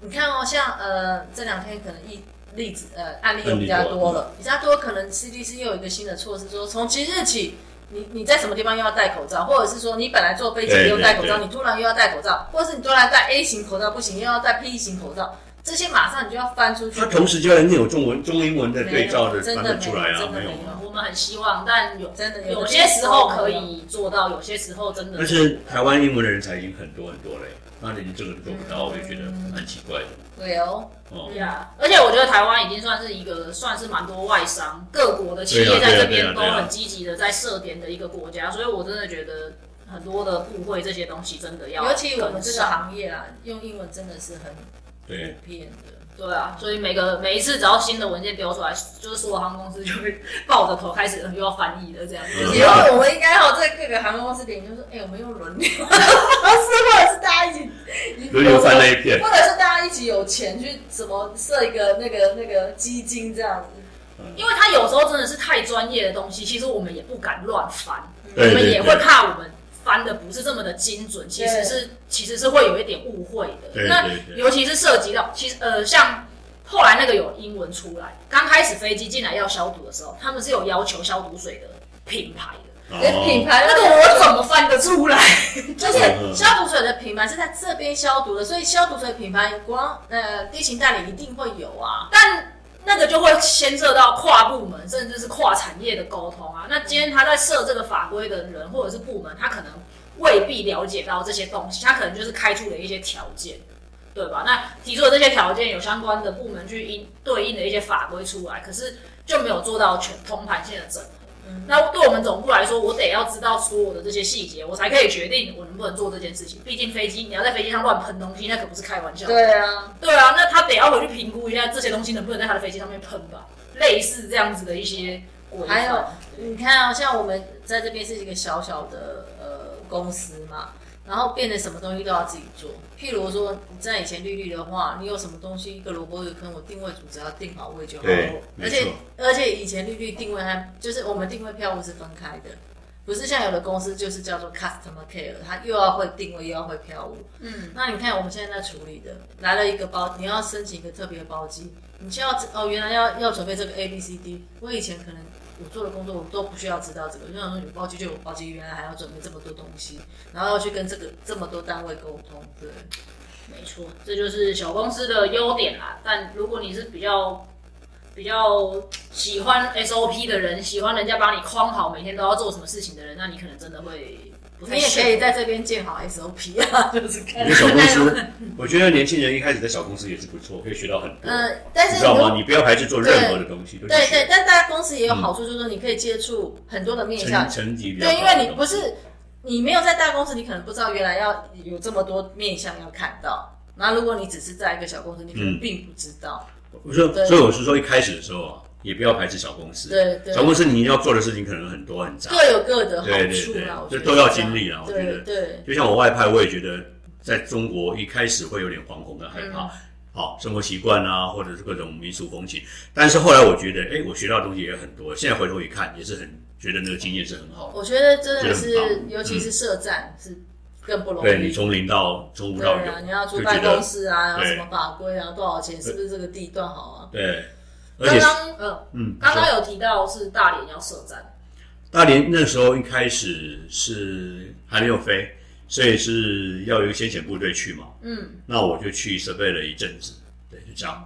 B: 你看哦，像呃这两天可能一例子呃案例又比较多了，比较多可能 CDC 又有一个新的措施说，从即日起。你你在什么地方又要戴口罩，或者是说你本来坐飞机
C: 对
B: 不用戴口罩，
C: 对对
B: 你突然又要戴口罩，或者是你突然戴 A 型口罩不行，又要戴 P 型口罩，这些马上你就要翻出去。
C: 它同时就能有中文、中英文的对照的
B: 没有真的
C: 翻得出来啊，
B: 没有真的
C: 没有
B: 没
C: 吗？
B: 有
A: 我们很希望，但有
B: 真的
A: 有些时候可，以做到，有些时候真的
C: 但是台湾英文的人才已经很多很多嘞，那连这个都做不到，我就觉得
B: 嗯
C: 蛮奇怪的
B: 对哦，
C: 哦。
A: 呀而且我觉得台湾已经算是一个算是蛮多外商各国的企业在这边都很积极的在设点的一个国家，所以我真的觉得很多的互惠这些东西真的要
B: 尤其我们这
A: 跟
B: 个
A: 上
B: 行业啦，啊用英文真的是很
C: 对，
B: 普遍的。
A: 对啊，所以每个每一次只要新的文件丢出来，就是所有航空公司就会抱着头开始又要翻译了这样子。
C: 嗯
B: 以后我们应该哦，在各个航空公司点，就说，哎，我们用轮流，是或者是大家一起
C: 轮流翻那一片，
B: 或者是大家一起有钱去怎么设一个那个那个基金这样子，
A: 因为他有时候真的是太专业的东西，其实我们也不敢乱翻，
C: 对
A: 我们
C: 对
A: 也会
C: 对，
A: 怕我们翻的不是这么的精准，其实是其实是会有一点误会的。
C: 对
A: 那
C: 对对
A: 尤其是涉及到，其实呃，像后来那个有英文出来，刚开始飞机进来要消毒的时候，他们是有要求消毒水的品牌的，
B: 连哎品
C: 哦，
B: 牌
A: 那
B: 都
A: 个
B: 没有
A: 我怎么翻得出来？
B: 就是消毒水的品牌是在这边消毒的，所以消毒水品牌光呃地勤代理一定会有啊。
A: 但那个就会牵涉到跨部门，甚至是跨产业的沟通啊。那今天他在设这个法规的人或者是部门，他可能未必了解到这些东西，他可能就是开出了一些条件，对吧？那提出的这些条件有相关的部门去应对应的一些法规出来，可是就没有做到全通盘性的整合。那对我们总部来说，我得要知道所有的这些细节，我才可以决定我能不能做这件事情。毕竟飞机，你要在飞机上乱喷东西，那可不是开玩笑的。
B: 对啊，
A: 对啊，那他得要回去评估一下这些东西能不能在他的飞机上面喷吧，类似这样子的一些规范。
B: 还有你看啊，像我们在这边是一个小小的呃公司嘛，然后变成什么东西都要自己做。譬如说，你在以前绿绿的话，你有什么东西一个萝卜一个坑，我定位组只要定好位就好了
C: 对。
B: 而
C: 没
B: 且
C: 错
B: 而且以前绿绿定位它就是我们定位票务是分开的。不是像有的公司就是叫做 customer care，它又要会定位又要会票务。嗯，那你看我们现在在处理的，来了一个包，你要申请一个特别包机，你就要知哦，原来要要准备这个 A B C D。我以前可能我做的工作我都不需要知道这个，就想说有包机就有包机，原来还要准备这么多东西，然后要去跟这个这么多单位沟通，对。
A: 没错，这就是小公司的优点啦。但如果你是比较比较喜欢 SOP 的人，喜欢人家帮你框好每天都要做什么事情的人，那你可能真的会不太
B: 你也
A: 适
B: 可以
A: 应。
B: 在这边建好 SOP 啊， 就是看
C: 你。的小 公司，我觉得年轻人一开始在小公司也是不错，可以学到很多，
B: 呃，但
C: 你
B: 是
C: 知道
B: 如
C: 吗？你不要排斥做任何的东西，都去
B: 对对
C: 学，
B: 但大家公司也有好处，就是说你可以接触很多的面向
C: 层，层级比较高
B: 对，
C: 的
B: 因为你不是你没有在大公司，你可能不知道原来要有这么多面向要看到。那如果你只是在一个小公司，你可
C: 嗯
B: 能并不知道。
C: 我说，
B: 对
C: 所以我是说，一开始的时候啊，也不要排斥小公司。
B: 对对
C: 小公司你要做的事情可能很多很杂，
B: 各有各的好
C: 对对
B: 处
C: 对
B: 啦，我
C: 这
B: 觉得
C: 都要
B: 这样
C: 经历啦啊我觉得
B: 对对，
C: 就像我外派，我也觉得在中国一开始会有点惶恐跟害
A: 嗯
C: 怕，好、生活习惯啊，或者是各种民俗风情。但是后来我觉得，哎，我学到的东西也很多。现在回头一看，也是很觉得那个经验是很好的。
B: 我觉得真的
C: 觉得很
B: 是，
C: 棒嗯
B: 尤其是社站是更
A: 嗯
B: 不容易。
C: 对你从零到从无
B: 对
C: 到有，
B: 啊，你要租
C: 就
B: 办
C: 觉
B: 公
C: 得
B: 室啊，然后
C: 对
B: 什么法规啊，多少钱，是不是这个地段好啊？
C: 对，而
A: 刚
C: 且
A: 刚呃，
C: 嗯，
A: 刚
C: 说
A: 刚有提到是大连要设站，
C: 大连那时候一开始是还没有飞，所以是要有先遣部队去嘛。
A: 嗯，
C: 那我就去设备了一阵子，对，就 这样。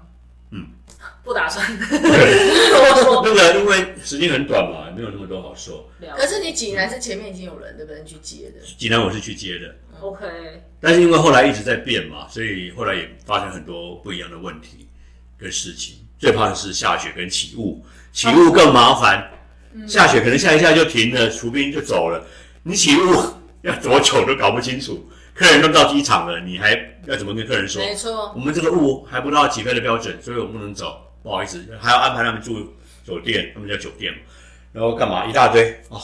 A: 不打算
C: 对，
A: 多说。
C: 那个因为时间很短嘛，没有那么多好说。
B: 可是你济南是前面已经有人对不对你去接的？
C: 济南我是去接的，
A: OK，
C: 但是因为后来一直在变嘛，所以后来也发生很多不一样的问题跟事情。最怕的是下雪跟起雾，起雾更麻烦。
B: 嗯
C: 下雪可能下一下就停了，除冰就走了。你起雾要多久都搞不清楚，客人都到机场了，你还要怎么跟客人说？
B: 没错，
C: 我们这个雾还不到起飞的标准，所以我们不能走，不好意思，还要安排他们住酒店，他们叫酒店嘛，然后干嘛一大堆哦。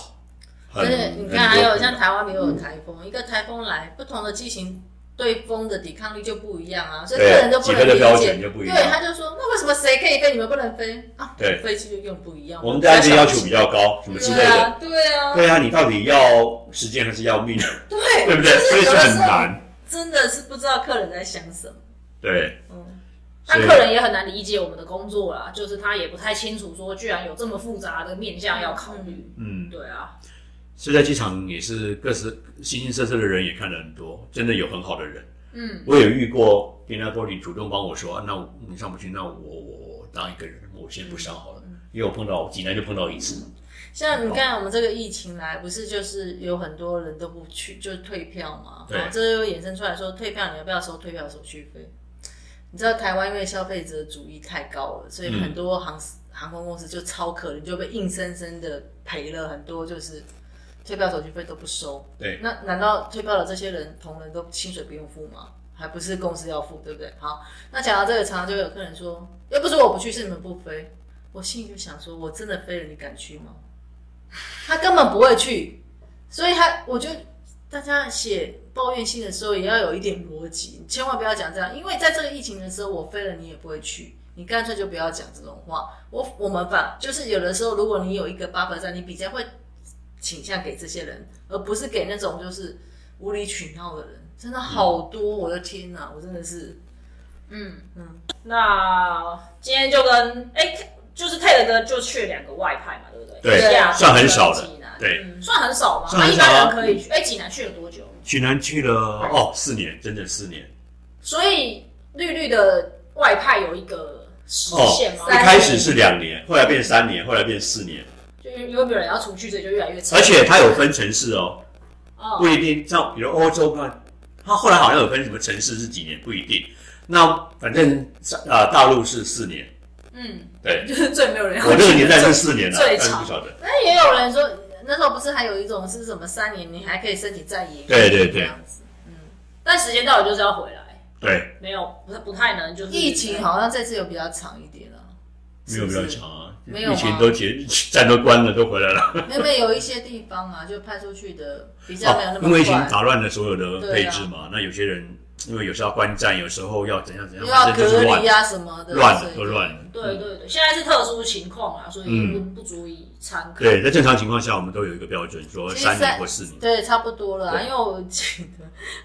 C: 很
B: 而且你看，还有像台湾也有台风，一个台风来，不同的机型对风的抵抗力就不一样啊，所以客
C: 对
B: 人都不能
C: 几个的标
B: 理解
C: 准就。不一样
B: 对，他就说，那为什么谁可以飞，你们不能飞啊？
C: 对
B: 飞机就用不一样。
C: 我们对安全要求比较高，什么之类
B: 对
C: 的。
B: 啊，对啊，
C: 对啊，你到底要时间还是要命，啊
B: 对
C: 对不对？所以
B: 有
C: 是
B: 的时
C: 很
B: 候
C: 难。
B: 真的是不知道客人在想什么。
C: 对，
B: 嗯，
A: 那
C: 所以
A: 客人也很难理解我们的工作啦，就是他也不太清楚说，居然有这么复杂的面向要考虑。
C: 嗯，
A: 对啊，
C: 所以在机场也是各式形形色色的人也看了很多，真的有很好的人。
A: 嗯，
C: 我也遇过店家玻璃主动帮我说，啊那我你上不去，那我我我当一个人，我先不上好了，因为我碰到济南就碰到一次。
B: 像你看我们这个疫情来，不是就是有很多人都不去，就退票嘛。
C: 对
B: 然后这又衍生出来说，退票你要不要收退票手续费？你知道台湾因为消费者主义太高了，所以很多航、航空公司就超可怜，就被硬生生的赔了很多，就是退票手续费都不收。
C: 对，
B: 那难道退票的这些人同仁都薪水不用付吗？还不是公司要付，对不对？好，那讲到这个，常常就有客人说，又不是我不去，是你们不飞。我心里就想说，我真的飞了，你敢去吗？他根本不会去，所以他，我觉得大家写抱怨信的时候也要有一点逻辑，千万不要讲这样，因为在这个疫情的时候，我飞了你也不会去，你干脆就不要讲这种话。我我们反就是有的时候，如果你有一个 buffer 在，你比较会倾向给这些人，而不是给那种就是无理取闹的人。真的好多，我的天哪！我真的是，
A: 那今天就跟哎、就是 Ted 哥就去两个外派嘛，对不对？
C: 对
A: 西雅图
C: 算很少的
A: 跟济南
C: 对
A: 嗯算很少嘛。
C: 算
A: 那
C: 很
A: 一
C: 少啊
A: 般人可以去。哎、济南去了多久？
C: 济南去了哦，四年，整整四年。
A: 所以绿绿的外派有一个时
C: 哦，
A: 限吗？
C: 一开始是两年，后来变三年，后来变四年，
A: 就有没有人要出去，所以就越来越长。
C: 而且它有分城市哦，
A: 哦
C: 不一定像比如欧洲吧，它后来好像有分什么城市是几年，不一定。那反正呃大陆是四年，
A: 嗯，
C: 对
A: 就是最没有人要去
C: 我
A: 的。
C: 那个年代是四年了，
A: 最
C: 但是
A: 长
C: 不晓得。
B: 那也有人说，那时候不是还有一种是什么三年，你还可以申请再延？
C: 对对对
B: 这样子。
A: 但时间到了就是要回来，
C: 对，
A: 没有不太不太能就是
B: 疫情好像这次有比较长一点了，
C: 没有
B: 是不
C: 比较
B: 是
C: 长啊，
B: 没有
C: 疫情
B: 吗
C: 都结， 站都关了，都回来 了。
B: 没有没有有一些地方啊，就派出去的比较没有那
C: 哦，
B: 么
C: 因为疫情
B: 快，啊
C: 打乱了所有的配置嘛，那有些人因为有时候要观战，有时候要怎样怎样，
B: 又要
C: 反正就是
B: 隔
C: 乱
B: 离啊什么的，
C: 乱
B: 所
C: 了
B: 以
C: 都乱了。
A: 对对对，现在是特殊情况啊，所以不、
C: 嗯
A: 不足以参考。
C: 对，在正常情况下，我们都有一个标准，说
B: 其实
C: 三
B: 在
C: 年或四年。
B: 对，差不多了啊。
C: 对
B: 因为我记得，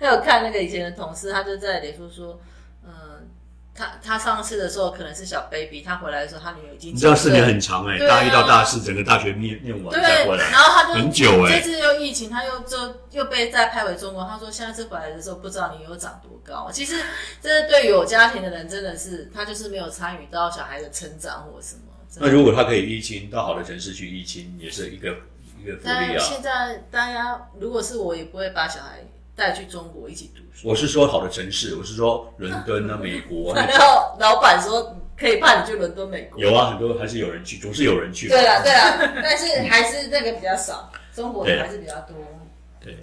B: 因为我看那个以前的同事，他就在脸书说，嗯、他他上次的时候可能是小 baby，他回来的时候他女儿已经
C: 你知道
B: 几
C: 四
B: 岁
C: 年很长哎、
B: 对啊
C: 大一到大四，整个大学念念完再
B: 对，
C: 回来，
B: 然后他就
C: 很久哎、
B: 这次又疫情，他又就又被再派回中国。他说下次回来的时候不知道你有长多高。其实这是对有家庭的人真的是，他就是没有参与到小孩的成长或什么。真
C: 那
B: 的
C: 如果他可以疫亲，到好的城市去疫亲，也是一个一个福利
B: 但
C: 啊。
B: 现在大家如果是我，也不会把小孩带去中国一起读书。
C: 我是说好的城市，我是说伦 敦啊、美国 啊，
B: 然后老板说可以派你去伦敦、美国。
C: 有啊，很多还是有人去，总是有人去。
A: 啊
B: 对啦对啦，但是还是那个比较少，中国
C: 对
B: 的
C: 啦
B: 还是比较多。
C: 对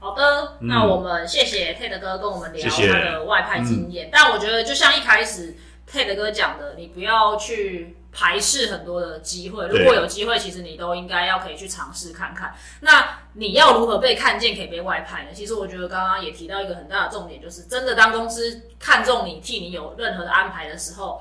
A: 好的，那我们谢谢 Ted 哥跟我们聊
C: 嗯谢嗯谢
A: 他的外派经验。但我觉得，就像一开始 Ted 哥讲的，你不要去排斥很多的机会。
C: 对
A: 如果有机会，其实你都应该要可以去尝试看看。那你要如何被看见，可以被外派呢？其实我觉得刚刚也提到一个很大的重点，就是真的当公司看中你，替你有任何的安排的时候。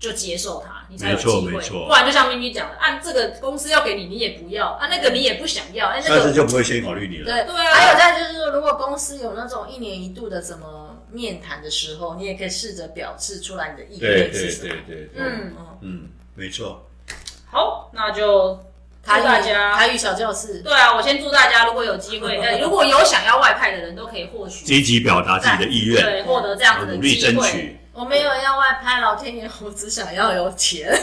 A: 就接受它，你才有
C: 没
A: 机
C: 错
A: 会。
C: 没错
A: 不然就像咪咪讲的，按、这个公司要给你，你也不要；啊按、那个你也不想要；哎、那
C: 但
A: 个
C: 是就不会先考虑你了。
B: 对
A: 对啊
B: 还有再就是说，如果公司有那种一年一度的什么面谈的时候，你也可以试着表示出来你的意
C: 对
B: 愿
C: 对
B: 是什
C: 对
B: 么。
C: 对对，嗯
A: 嗯，
C: 嗯，没错。
A: 好，那就祝
B: 台语
A: 大家。
B: 台语小教室，
A: 对啊，我先祝大家，如果有机会，呃，如果有想要外派的人，都可以获取
C: 积极表达自己的意愿，哦
A: 对获得这样子的
C: 努
A: 机会。
C: 力争取。
B: 我没有要外拍，老天爷，我只想要有钱。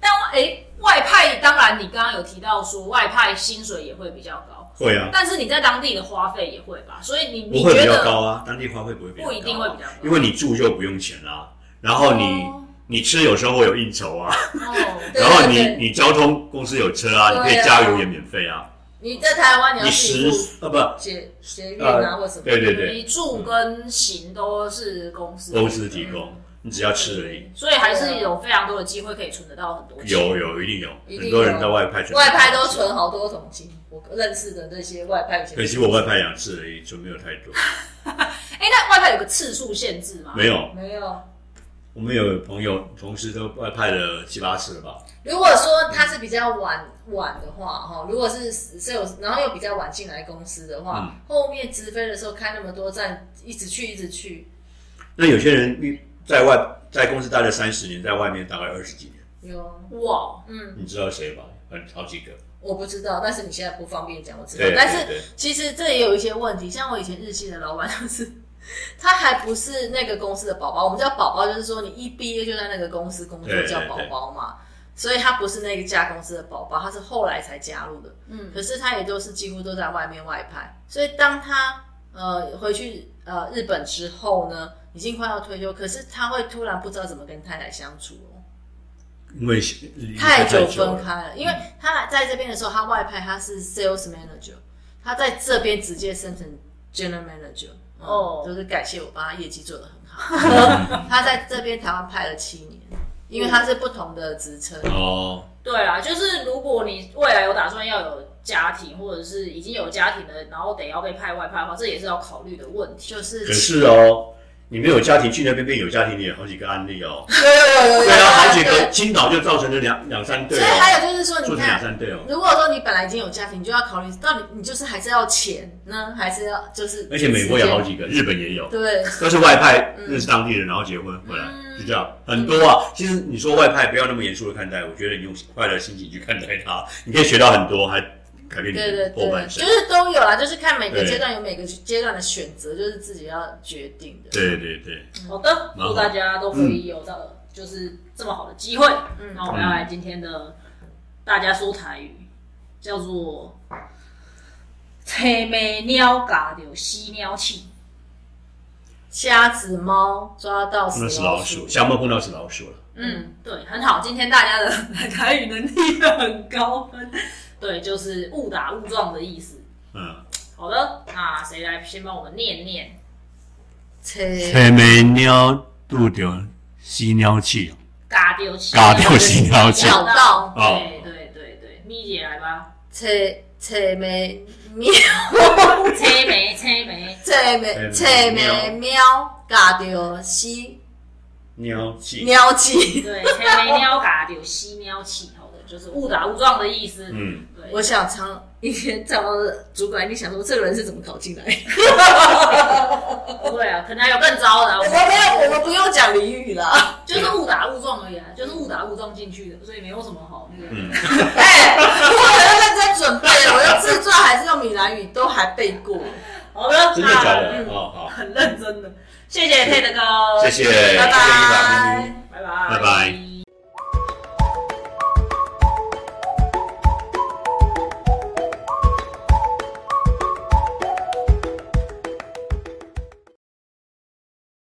A: 但诶，外派当然你刚刚有提到说外派薪水也会比较高，
C: 会啊，
A: 但是你在当地的花费也会吧？所以你
C: 不
A: 你
C: 会
A: 觉
C: 比较
A: 得
C: 高啊，当地花会不会比较高啊？
A: 不一定会比较高
C: 因为你住就不用钱啦、然后你、
A: 哦
C: 你吃有时候会有应酬啊，
A: 哦，
B: 对
C: 然后
B: 对对
C: 你你交通公司有车啊，你可
B: 对
C: 以
B: 啊
C: 加油也免费啊，
B: 你在台湾你要
C: 你
B: 自己
C: 食
B: 付
C: 啊不，
B: 捷捷运啊
C: 呃
B: 或什么，
C: 对对对，嗯
A: 你住跟行都是公司
C: 公司提供，你只要吃而已。
A: 所以还是有非常多的机会可以存得到很多钱。
C: 有有一定有
B: 一定有
C: 很多人在外派存，
B: 外拍都存好多桶金。我认识的那些外拍，
C: 可惜我外派两次而已，存没有太多。
A: 哎，那外派有个次数限制吗？
C: 没有，
B: 没有。
C: 我们有朋友同事都外派了七八次了吧？
B: 如果说他是比较晚晚的话，哈，如果是 sales，然后又比较晚进来公司的话，
C: 嗯
B: 后面直飞的时候开那么多站，一直去一直去，
C: 那有些人在外在公司待了三十年，在外面大概二十几年，
B: 有
A: 哇，
B: 嗯
C: 你知道谁吧？很好几个。
B: 我不知道，但是你现在不方便讲，我知道
C: 对。
B: 但
C: 对
B: 是
C: 对
B: 其实这也有一些问题，像我以前日系的老板就是， 他还不是那个公司的宝宝，我们叫宝宝，就是说你一毕业就在那个公司工作
C: 对对
B: 叫宝宝嘛。所以他不是那一家公司的宝宝，他是后来才加入的。
A: 嗯，
B: 可是他也都是几乎都在外面外派，所以当他呃回去呃日本之后呢，已经快要退休，可是他会突然不知道怎么跟太太相处哦，
C: 因为
B: 太久
C: 了
B: 分开了，因为他在这边的时候，他外派他是 sales manager，他在这边直接升成 general manager，嗯
A: 哦
B: 就是感谢我帮他业绩做得很好，他在这边台湾派了七年，因为他是不同的职称，
C: 哦，
A: 对啦，就是如果你未来有打算要有家庭，或者是已经有家庭的，然后得要被派外派的话，这也是要考虑的问题。
B: 就是
C: 可是哦，你没有家庭去那边变有家庭的有好几个案例哦。
B: 有有有有
C: 对啊，好几
B: 对
C: 个青岛就造成了两两三对
B: 所以还
C: 哦，
B: 有就是说，
C: 做
B: 你
C: 成两
B: 看，
C: 三对哦。
B: 如果说你本来已经有家庭，你就要考虑到底你就是还是要钱呢，还是要就是
C: 而且美国也好
B: 时
C: 几个，日本也有
B: 间，对
C: 都是外派认识当地人，然后结婚回来，
B: 嗯
C: 就这样很多啊。其实你说外派不要那么严肃的看待，我觉得你用快乐心情去看待它，你可以学到很多，还改变你
B: 对对
C: 的
B: 对，
C: 后半
B: 就
C: 生。
B: 是都有啦，就是看每个
C: 对
B: 阶段有每个阶段的选择，就是自己要决定的。
C: 对对对，
A: 好的，
C: 蛮好
A: 祝大家都可以有到、就是这么好的机会。嗯，那我们要来今天的大家说台语，叫做“吹没鸟嘎就吸鸟气
B: 瞎子猫抓到死
C: 那是老鼠，
B: 鼠，
C: 小猫碰到死老鼠了。”。
A: 嗯，对，很好，今天大家的台语能力都很高分。对，就是误打误撞的意思。
C: 嗯，
A: 好的，那谁来先帮我们念念？
B: 切
C: 黑眉鸟渡掉吸鸟气，
A: 嘎丢气，
C: 嘎掉 吸鸟气。
B: 咬到
C: 哦
A: 对对对对，咪姐来吧，
B: 切切没喵，
A: 切梅切梅，
B: 切没切没喵，嘎掉吸
C: 鸟气，
B: 喵气。
A: 对，切梅鸟嘎丢吸鸟气，好的，就是误打误撞的意思。
C: 嗯，
A: 对，
B: 我想常以前找到的主管，你想说这个人是怎么考进来的？
A: 对啊，可能还有更糟的啊，
B: 我
A: 我
B: 们没有，我们不用讲俚语啦。
A: 就是误打误撞而已啊，就是误打误撞进去的，所以没有什么好那
C: 嗯
A: 个。
B: 哎、我认真准备了，我用自传还是用闽南语都还背过。
A: 好啊的，
C: 真的假
A: 那
C: 的？哦，好。
A: 很认真的，谢谢 Ted 哥，
C: 谢谢，谢谢依
A: 拜
C: 凡
A: 拜，
C: 咪咪
A: 拜拜，
C: 拜拜。